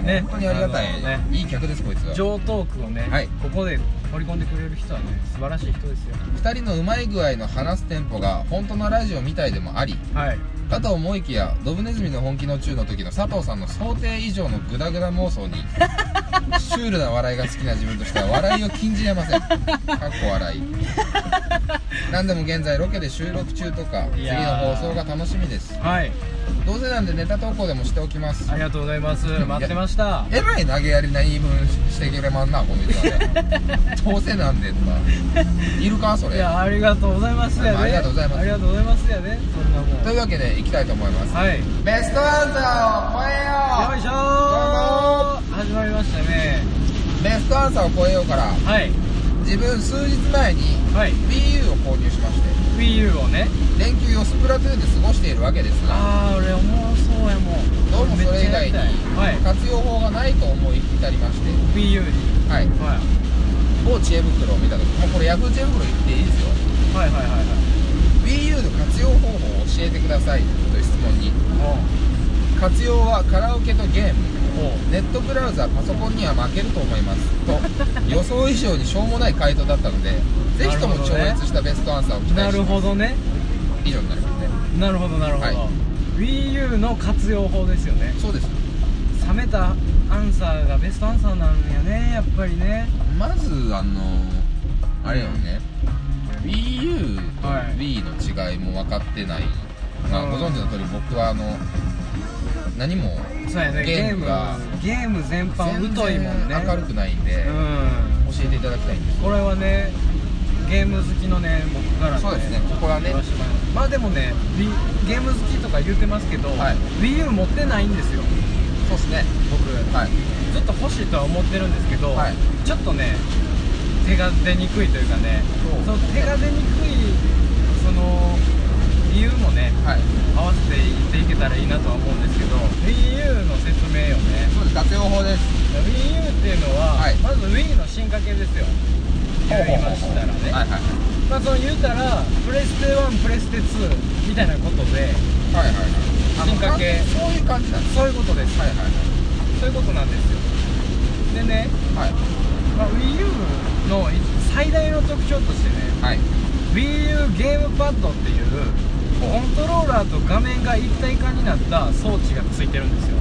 [SPEAKER 2] ね
[SPEAKER 1] 本当にありがたい、
[SPEAKER 2] あのね
[SPEAKER 1] いい客ですこいつは
[SPEAKER 2] 上トークをね、
[SPEAKER 1] はい
[SPEAKER 2] ここで掘り込んでくれる人はね素晴らしい人ですよ
[SPEAKER 1] 2人のうまい具合の話すテンポが本当のラジオみたいでもあり
[SPEAKER 2] はい
[SPEAKER 1] かと思いきやドブネズミの本気の中の時の佐藤さんの想定以上のグダグダ妄 想にシュールな笑いが好きな自分としては笑いを禁じれませんかっこ笑い何でも現在ロケで収録中とか
[SPEAKER 2] い
[SPEAKER 1] 次の
[SPEAKER 2] やー
[SPEAKER 1] 放送が楽しみです
[SPEAKER 2] はい
[SPEAKER 1] 同世代なんでネタ投稿でもしておきます
[SPEAKER 2] ありがとうございます
[SPEAKER 1] や
[SPEAKER 2] 待ってました
[SPEAKER 1] えらい投げやりな言い分してくれまんなこの人はねどうせなんでんないるかそ
[SPEAKER 2] い
[SPEAKER 1] れ
[SPEAKER 2] やありがとうございますやで
[SPEAKER 1] ありがとうございます
[SPEAKER 2] ありがとうございますやでそんなもん
[SPEAKER 1] というわけでいきたいと思います、
[SPEAKER 2] はい
[SPEAKER 1] ベストアンサーを
[SPEAKER 2] よいしょ
[SPEAKER 1] ど
[SPEAKER 2] ー始まりましたね
[SPEAKER 1] 超えようベストアンサーを超えようから
[SPEAKER 2] はい
[SPEAKER 1] 自分数日前に
[SPEAKER 2] はい
[SPEAKER 1] BU を購入しまして
[SPEAKER 2] WiiU をね
[SPEAKER 1] 連休をスプラトゥーンで過ごしているわけですが
[SPEAKER 2] ああ俺おもろそうやもん
[SPEAKER 1] どうもそれ以外に
[SPEAKER 2] めっちゃやりたいはい
[SPEAKER 1] 活用法がないと思い至りまして
[SPEAKER 2] WiiU に
[SPEAKER 1] はい
[SPEAKER 2] はい
[SPEAKER 1] 某知恵袋を見た時もうこれヤフー知恵袋言っていいですよ
[SPEAKER 2] はいはいはいはい
[SPEAKER 1] BU の活用方法を教えてくださいという質問に活用はカラオケとゲーム
[SPEAKER 2] おうおう
[SPEAKER 1] ネットブラウザパソコンには負けると思います と予想以上にしょうもない回答だったのでぜひとも超越したベストアンサーを期
[SPEAKER 2] な
[SPEAKER 1] 待し
[SPEAKER 2] る
[SPEAKER 1] ます
[SPEAKER 2] ほどね
[SPEAKER 1] 以上になりますね
[SPEAKER 2] なるほどなるほど、
[SPEAKER 1] はい
[SPEAKER 2] WiiU の活用法ですよね
[SPEAKER 1] そうです
[SPEAKER 2] 冷めたアンサーがベストアンサーなんやねやっぱりね
[SPEAKER 1] まずあのあれよね WiiU と
[SPEAKER 2] はい
[SPEAKER 1] Wii の違いも分かってない、まあ
[SPEAKER 2] うん
[SPEAKER 1] ご存知の通り僕はあの何も
[SPEAKER 2] そうやね
[SPEAKER 1] ゲ
[SPEAKER 2] ゲ
[SPEAKER 1] ー
[SPEAKER 2] ー
[SPEAKER 1] ム
[SPEAKER 2] ム
[SPEAKER 1] が
[SPEAKER 2] ゲーム全
[SPEAKER 1] 全
[SPEAKER 2] 般
[SPEAKER 1] 然
[SPEAKER 2] 疎いもんね
[SPEAKER 1] 明るくないんで、
[SPEAKER 2] うん
[SPEAKER 1] 教えていただきたいんです
[SPEAKER 2] これはねゲーム好きのね僕からね
[SPEAKER 1] そうですねここはね
[SPEAKER 2] 言わせてもらいますまあでもね Wii ゲーム好きとか言うてますけど、
[SPEAKER 1] はい
[SPEAKER 2] WiiU 持ってないんですよ
[SPEAKER 1] そうですね
[SPEAKER 2] 僕
[SPEAKER 1] はい
[SPEAKER 2] ちょっと欲しいとは思ってるんですけど、
[SPEAKER 1] はい
[SPEAKER 2] ちょっとね手が出にくいというかね
[SPEAKER 1] そう
[SPEAKER 2] その手が出にくいその理由もね
[SPEAKER 1] はい
[SPEAKER 2] 合わせて言っていけたらいいなとは思うんですけど WiiU の説明よね
[SPEAKER 1] そうです活用法です
[SPEAKER 2] WiiU っていうのは、
[SPEAKER 1] はい
[SPEAKER 2] まず Wii の進化系ですよ言いましたらね
[SPEAKER 1] はいはい
[SPEAKER 2] まあその言うたらプレステ1プレステ2みたいなことで
[SPEAKER 1] はいはいはいあの
[SPEAKER 2] 進化系
[SPEAKER 1] そういう感じなんです
[SPEAKER 2] そういうことです
[SPEAKER 1] はいはい
[SPEAKER 2] そういうことなんですよでね、
[SPEAKER 1] はい
[SPEAKER 2] まあ、WiiU の最大の特徴としてね
[SPEAKER 1] はい
[SPEAKER 2] WiiU ゲームパッドっていうコントローラーと画面が一体化になった装置がついてるんですよ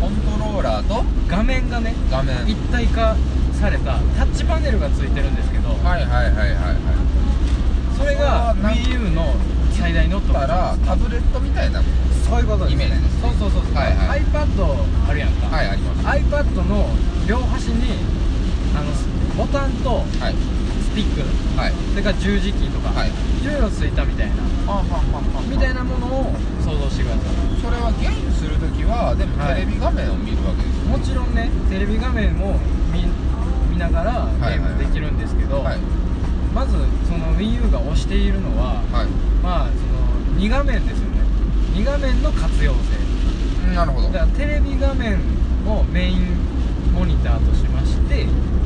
[SPEAKER 1] コントローラーと
[SPEAKER 2] 画面がね
[SPEAKER 1] 画面
[SPEAKER 2] 一体化されたタッチパネルがついてるんですけど
[SPEAKER 1] はいはいはいはいはい
[SPEAKER 2] それが
[SPEAKER 1] それはなん
[SPEAKER 2] WiiU の最大の
[SPEAKER 1] だ
[SPEAKER 2] 特徴
[SPEAKER 1] か
[SPEAKER 2] です
[SPEAKER 1] らタブレットみたいなは
[SPEAKER 2] そういうことですね
[SPEAKER 1] イメージです
[SPEAKER 2] そうそうそうそう、
[SPEAKER 1] はいはい
[SPEAKER 2] iPad あるやんか、
[SPEAKER 1] いあります
[SPEAKER 2] iPad の両端にあのボタンと
[SPEAKER 1] はい
[SPEAKER 2] スティック
[SPEAKER 1] はい
[SPEAKER 2] それから十字キーとか、
[SPEAKER 1] はい
[SPEAKER 2] いろいろついたみたいな
[SPEAKER 1] あははは
[SPEAKER 2] みたいなものを想像してください
[SPEAKER 1] それはゲームするときはでも
[SPEAKER 2] はい
[SPEAKER 1] テレビ画面を見るわけですよ
[SPEAKER 2] もちろんねテレビ画面も見見ながら
[SPEAKER 1] いはいは
[SPEAKER 2] ゲ
[SPEAKER 1] い
[SPEAKER 2] ームできるんですけど、
[SPEAKER 1] はい
[SPEAKER 2] まずその WiiU が推しているのは
[SPEAKER 1] はい
[SPEAKER 2] まあその2画面ですよね2画面の活用性
[SPEAKER 1] なるほど
[SPEAKER 2] だからテレビ画面をメインモニターとしまして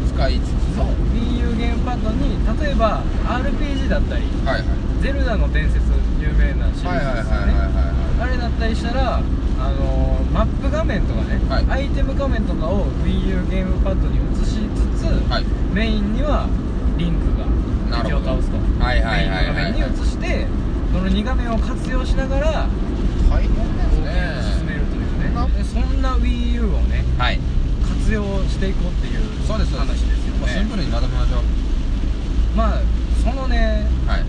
[SPEAKER 1] 使いつつの
[SPEAKER 2] WiiU ゲームパッドに例えば RPG だったり
[SPEAKER 1] はいはい
[SPEAKER 2] 「ゼルダの伝説」有名なシリ
[SPEAKER 1] はいはい
[SPEAKER 2] ーズ
[SPEAKER 1] はいはい
[SPEAKER 2] ですよねあれだったりしたら、あのーマップ画面とかね、
[SPEAKER 1] はい
[SPEAKER 2] アイテム画面とかを WiiU ゲームパッドに移しつつ、
[SPEAKER 1] はい
[SPEAKER 2] メインにはリンクが
[SPEAKER 1] な
[SPEAKER 2] 敵
[SPEAKER 1] るほ
[SPEAKER 2] を
[SPEAKER 1] ど
[SPEAKER 2] 倒すと
[SPEAKER 1] はいはいはいはいはい
[SPEAKER 2] メインの画面に移してその2画面を活用しながら
[SPEAKER 1] 大変です
[SPEAKER 2] ゲームを進め
[SPEAKER 1] ね
[SPEAKER 2] るというね
[SPEAKER 1] そんな
[SPEAKER 2] でそんな WiiU をね
[SPEAKER 1] はい
[SPEAKER 2] 活用していこうっていう
[SPEAKER 1] そうですそう
[SPEAKER 2] 話ですよ
[SPEAKER 1] もうシン
[SPEAKER 2] ね
[SPEAKER 1] プルにまとめましょう
[SPEAKER 2] まあそのね
[SPEAKER 1] はいは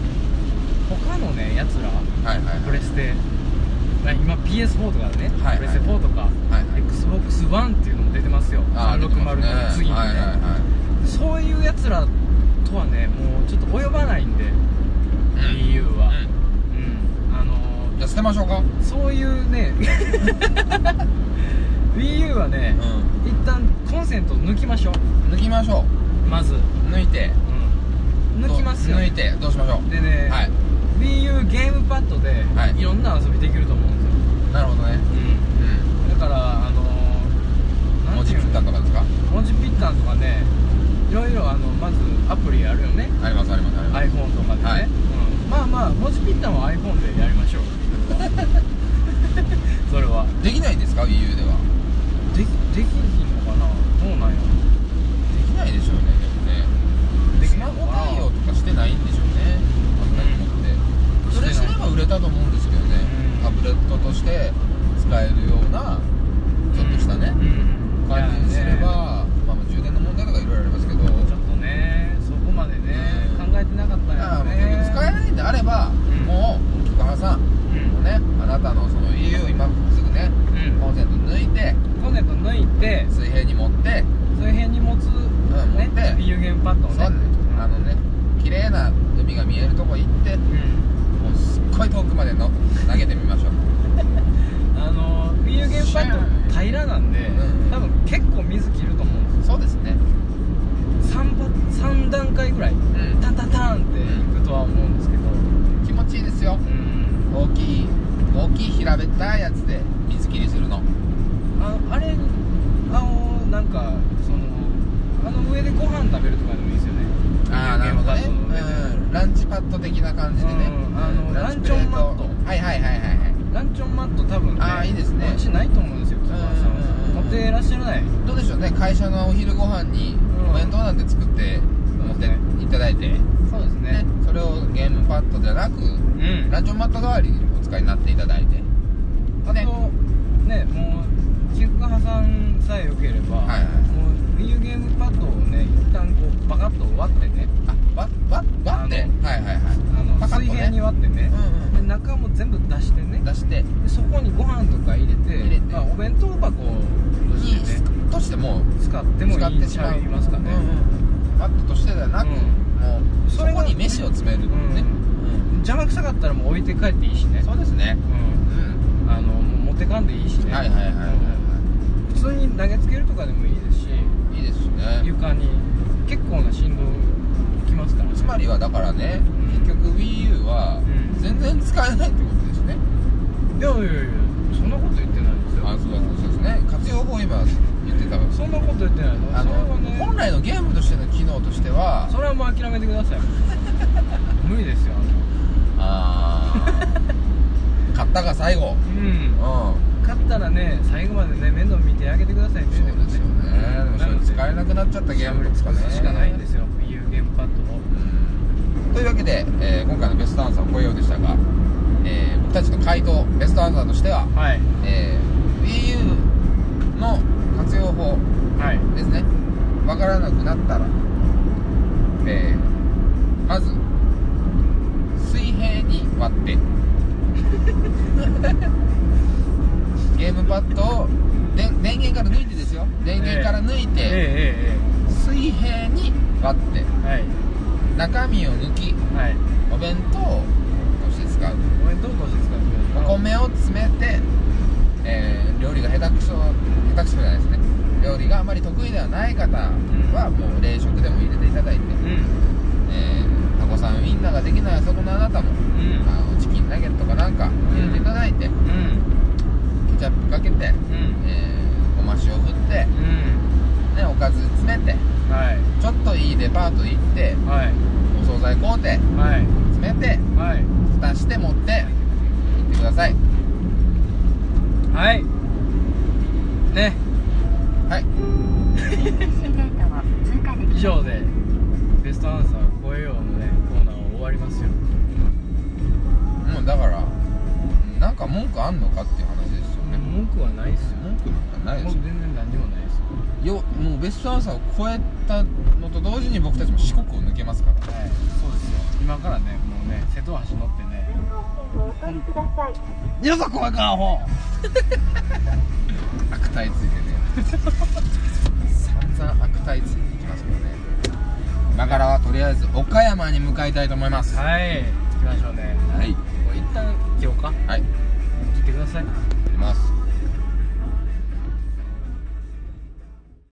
[SPEAKER 1] いはい
[SPEAKER 2] プレステな今 PS4 とかね、
[SPEAKER 1] はいはい
[SPEAKER 2] プレステ4とか、
[SPEAKER 1] はいはい
[SPEAKER 2] XBOX1 っていうのも出てますよ
[SPEAKER 1] あー出てます
[SPEAKER 2] 360
[SPEAKER 1] ね
[SPEAKER 2] の次にね、
[SPEAKER 1] はいはいは
[SPEAKER 2] そういうやつらとはねもうちょっと及ばないんで、
[SPEAKER 1] ん
[SPEAKER 2] EU は、
[SPEAKER 1] いうん
[SPEAKER 2] うんあの
[SPEAKER 1] じゃあ捨てましょうか
[SPEAKER 2] ーそういうね WiiU はね、
[SPEAKER 1] う
[SPEAKER 2] 一旦コンセント抜きましょうん
[SPEAKER 1] 抜きましょ
[SPEAKER 2] まず、
[SPEAKER 1] う抜いて
[SPEAKER 2] うん、抜きますよ
[SPEAKER 1] 抜いてどうしましょ
[SPEAKER 2] でね、
[SPEAKER 1] うはい
[SPEAKER 2] WiiU ゲームパッドで、
[SPEAKER 1] はい
[SPEAKER 2] い、ろんな遊びできると思うんですよ、
[SPEAKER 1] なるほどねう
[SPEAKER 2] だからあのー
[SPEAKER 1] ん
[SPEAKER 2] な
[SPEAKER 1] 文
[SPEAKER 2] んて
[SPEAKER 1] 字
[SPEAKER 2] いう
[SPEAKER 1] 切った
[SPEAKER 2] の
[SPEAKER 1] とかですか
[SPEAKER 2] 文字ピッタンとかねいろいろあのまずアプリあるよね
[SPEAKER 1] ありますありますあります
[SPEAKER 2] iPhone とかでね、
[SPEAKER 1] はい
[SPEAKER 2] うん、まあまあ文字ピッタンは iPhone でやり ましょうそれは
[SPEAKER 1] できないんですか EU では
[SPEAKER 2] できできひんのかなどうなんや
[SPEAKER 1] できないでしょうねでもね
[SPEAKER 2] でき
[SPEAKER 1] ス
[SPEAKER 2] ん
[SPEAKER 1] マ
[SPEAKER 2] の
[SPEAKER 1] ホ
[SPEAKER 2] かな
[SPEAKER 1] 対応とかしてないんでしょうね危ないと思って、それすれば売れたと思うんですけどね、
[SPEAKER 2] うん
[SPEAKER 1] タブレットとして使えるようなちょっとしたね、
[SPEAKER 2] うん
[SPEAKER 1] 感じにすれ
[SPEAKER 2] いやね
[SPEAKER 1] ば、まあ、充電の問題とかいろいろありますけど、
[SPEAKER 2] ちょっとねそこまでね
[SPEAKER 1] う
[SPEAKER 2] 考
[SPEAKER 1] ん
[SPEAKER 2] えてなかった
[SPEAKER 1] だから
[SPEAKER 2] よ
[SPEAKER 1] もう結
[SPEAKER 2] ね
[SPEAKER 1] 局使えないんであれば、
[SPEAKER 2] ん
[SPEAKER 1] もう菊原さん、
[SPEAKER 2] うん
[SPEAKER 1] ね、あなたのその EU を今すぐね、
[SPEAKER 2] うん
[SPEAKER 1] コンセント抜いて
[SPEAKER 2] コンセント抜いて
[SPEAKER 1] 水平に持って、
[SPEAKER 2] そういう辺に持つ、ね
[SPEAKER 1] 持って
[SPEAKER 2] BU ゲームパッドを
[SPEAKER 1] そう
[SPEAKER 2] ねうん
[SPEAKER 1] あのね綺麗な海が見えるとこ行って
[SPEAKER 2] うん
[SPEAKER 1] もうすっごい遠くまでの投げてみましょう
[SPEAKER 2] あの BU ゲームパッド平らなんで、
[SPEAKER 1] うん
[SPEAKER 2] 多分結構水切ると思うんで
[SPEAKER 1] そうですね
[SPEAKER 2] す 3, 3段階ぐらい、
[SPEAKER 1] ん
[SPEAKER 2] タンタンタンっていくとは思うんですけど
[SPEAKER 1] 気持ちいいですよ
[SPEAKER 2] うん
[SPEAKER 1] 大きい大きい平べったいやつで水切りするの
[SPEAKER 2] ああれあのなんかそのあの上でご飯食べるとかでもいいですよね
[SPEAKER 1] ああなるほどね
[SPEAKER 2] ゲームパッドの上で
[SPEAKER 1] うんランチパッド的な感じでね
[SPEAKER 2] うんあの
[SPEAKER 1] プレ
[SPEAKER 2] ランチョンマッ
[SPEAKER 1] はいはいはいはいはい
[SPEAKER 2] ランチョンマット多分ね
[SPEAKER 1] あーいいですね
[SPEAKER 2] うちないと思うんですよ菊川さ
[SPEAKER 1] うんうんうん
[SPEAKER 2] ん持ってらっしゃらない
[SPEAKER 1] どうでしょうね会社のお昼ご飯に
[SPEAKER 2] うん
[SPEAKER 1] お弁当なんて作って持っていただいて、
[SPEAKER 2] そうです
[SPEAKER 1] ね、それをゲームパッドじゃなく
[SPEAKER 2] うん
[SPEAKER 1] ランチョンマット代わりにお使いになっていただいて
[SPEAKER 2] あと
[SPEAKER 1] ね
[SPEAKER 2] ねもう菊川さんさえ良ければ、
[SPEAKER 1] はいはい
[SPEAKER 2] もう WiiU ゲームパッドをね一旦こうバカッと割ってね
[SPEAKER 1] あわわ割って
[SPEAKER 2] あ
[SPEAKER 1] はいはいはい
[SPEAKER 2] あの、
[SPEAKER 1] パカッ
[SPEAKER 2] 水
[SPEAKER 1] とね
[SPEAKER 2] 平に割ってね、
[SPEAKER 1] うんうん
[SPEAKER 2] で中も全部出してね
[SPEAKER 1] 出して
[SPEAKER 2] でそこにご飯とか入れて
[SPEAKER 1] 入れて
[SPEAKER 2] まあ、お弁当箱と
[SPEAKER 1] いい
[SPEAKER 2] してね
[SPEAKER 1] としても
[SPEAKER 2] 使っても
[SPEAKER 1] 使
[SPEAKER 2] い
[SPEAKER 1] っ
[SPEAKER 2] い
[SPEAKER 1] て
[SPEAKER 2] ん
[SPEAKER 1] し
[SPEAKER 2] ち
[SPEAKER 1] ま
[SPEAKER 2] ゃ
[SPEAKER 1] う
[SPEAKER 2] いますかね、
[SPEAKER 1] うんうんパッドとしてではなく、
[SPEAKER 2] うん
[SPEAKER 1] もうそ
[SPEAKER 2] それが
[SPEAKER 1] こに飯を詰めるってね、
[SPEAKER 2] うん
[SPEAKER 1] うん
[SPEAKER 2] 邪魔くさかったらもう置いて帰っていいしね
[SPEAKER 1] そうですねう
[SPEAKER 2] うん
[SPEAKER 1] ん
[SPEAKER 2] あのもう持ってかんでいいしね
[SPEAKER 1] はいはいはいはいは
[SPEAKER 2] 普通に投げつけるとかでもいいですし
[SPEAKER 1] いいいですね
[SPEAKER 2] 床に結構な振動きますからね
[SPEAKER 1] つまりはだからね
[SPEAKER 2] うん
[SPEAKER 1] 結局 WiiU は
[SPEAKER 2] うん
[SPEAKER 1] 全然使えないってことですね、
[SPEAKER 2] いやいやいやそんなこと言ってないですよ
[SPEAKER 1] あそうだそうですね活用法今言ってたわ
[SPEAKER 2] そんなこと言ってない
[SPEAKER 1] あ
[SPEAKER 2] のそれは
[SPEAKER 1] の、本
[SPEAKER 2] ね
[SPEAKER 1] 来のゲームとしての機能としては
[SPEAKER 2] それはもう諦めてくだ さい無理ですよあんな
[SPEAKER 1] あー買ったが最後
[SPEAKER 2] う
[SPEAKER 1] うん
[SPEAKER 2] ん勝ったらね最後までね面倒見てあげてくださいね
[SPEAKER 1] そうですよねでもそれ使えなくなっちゃったゲ
[SPEAKER 2] ゲ
[SPEAKER 1] ー
[SPEAKER 2] ー
[SPEAKER 1] ム
[SPEAKER 2] ム
[SPEAKER 1] と
[SPEAKER 2] と
[SPEAKER 1] か
[SPEAKER 2] か
[SPEAKER 1] ね
[SPEAKER 2] しかないんですよ WiiU ゲームパッドを
[SPEAKER 1] というわけで、えー今回のベストアンサーを超えようでしたが、えー僕たちの回答ベストアンサーとしては、
[SPEAKER 2] はい
[SPEAKER 1] えー WiiU の活用法
[SPEAKER 2] はい
[SPEAKER 1] ですねわからなくなったら、えーまず水平に割ってゲームパッドをで電源から抜いてですよ電源から抜い
[SPEAKER 2] ええ
[SPEAKER 1] て水平に割って
[SPEAKER 2] ええええはい
[SPEAKER 1] 中身を抜き
[SPEAKER 2] はい
[SPEAKER 1] お弁当として使う
[SPEAKER 2] お弁当として使って
[SPEAKER 1] お
[SPEAKER 2] ください
[SPEAKER 1] 米を詰めて、えー料理が下手くそ下手くそじゃないですね料理があまり得意ではない方はもう冷食でも入れていただいて、
[SPEAKER 2] う
[SPEAKER 1] えータコさんウインナーができないそこのあなたも
[SPEAKER 2] んうん
[SPEAKER 1] あのチキンナゲットかなんか入れていただいて
[SPEAKER 2] うん
[SPEAKER 1] ケチャップかけて、
[SPEAKER 2] うん
[SPEAKER 1] えー、ごま塩振って、
[SPEAKER 2] うん
[SPEAKER 1] ね、おかず詰めて
[SPEAKER 2] はい
[SPEAKER 1] ちょっといいデパート行って
[SPEAKER 2] はい
[SPEAKER 1] お惣菜買うて
[SPEAKER 2] はい
[SPEAKER 1] 詰めて
[SPEAKER 2] はい
[SPEAKER 1] 蓋して持って行ってください
[SPEAKER 2] はいね
[SPEAKER 1] はい
[SPEAKER 4] 厳しいゲートを通過できま
[SPEAKER 2] 以
[SPEAKER 4] す
[SPEAKER 2] 上でベストアンサーを超えようのねコーナーを終わりますよ
[SPEAKER 1] もうだからなんか文句あんのかっていう話ですよね
[SPEAKER 2] 文句はないですよ
[SPEAKER 1] 文句なんかないで
[SPEAKER 2] 僕
[SPEAKER 1] し
[SPEAKER 2] 全然何にもないです
[SPEAKER 1] ょよもうベストアンサーを超えたのと同時に僕たちも四国を抜けますから
[SPEAKER 2] はいそうですよ今からねもうね瀬戸大橋乗ってね
[SPEAKER 1] 皆さん怖いかアホ 悪態ついてね散々悪態ついていきますからね今からはとりあえず岡山に向かいたいと思いますは
[SPEAKER 2] はい行きましょうね
[SPEAKER 1] い
[SPEAKER 2] これ一旦今日か
[SPEAKER 1] はい
[SPEAKER 2] 切ってください
[SPEAKER 1] やります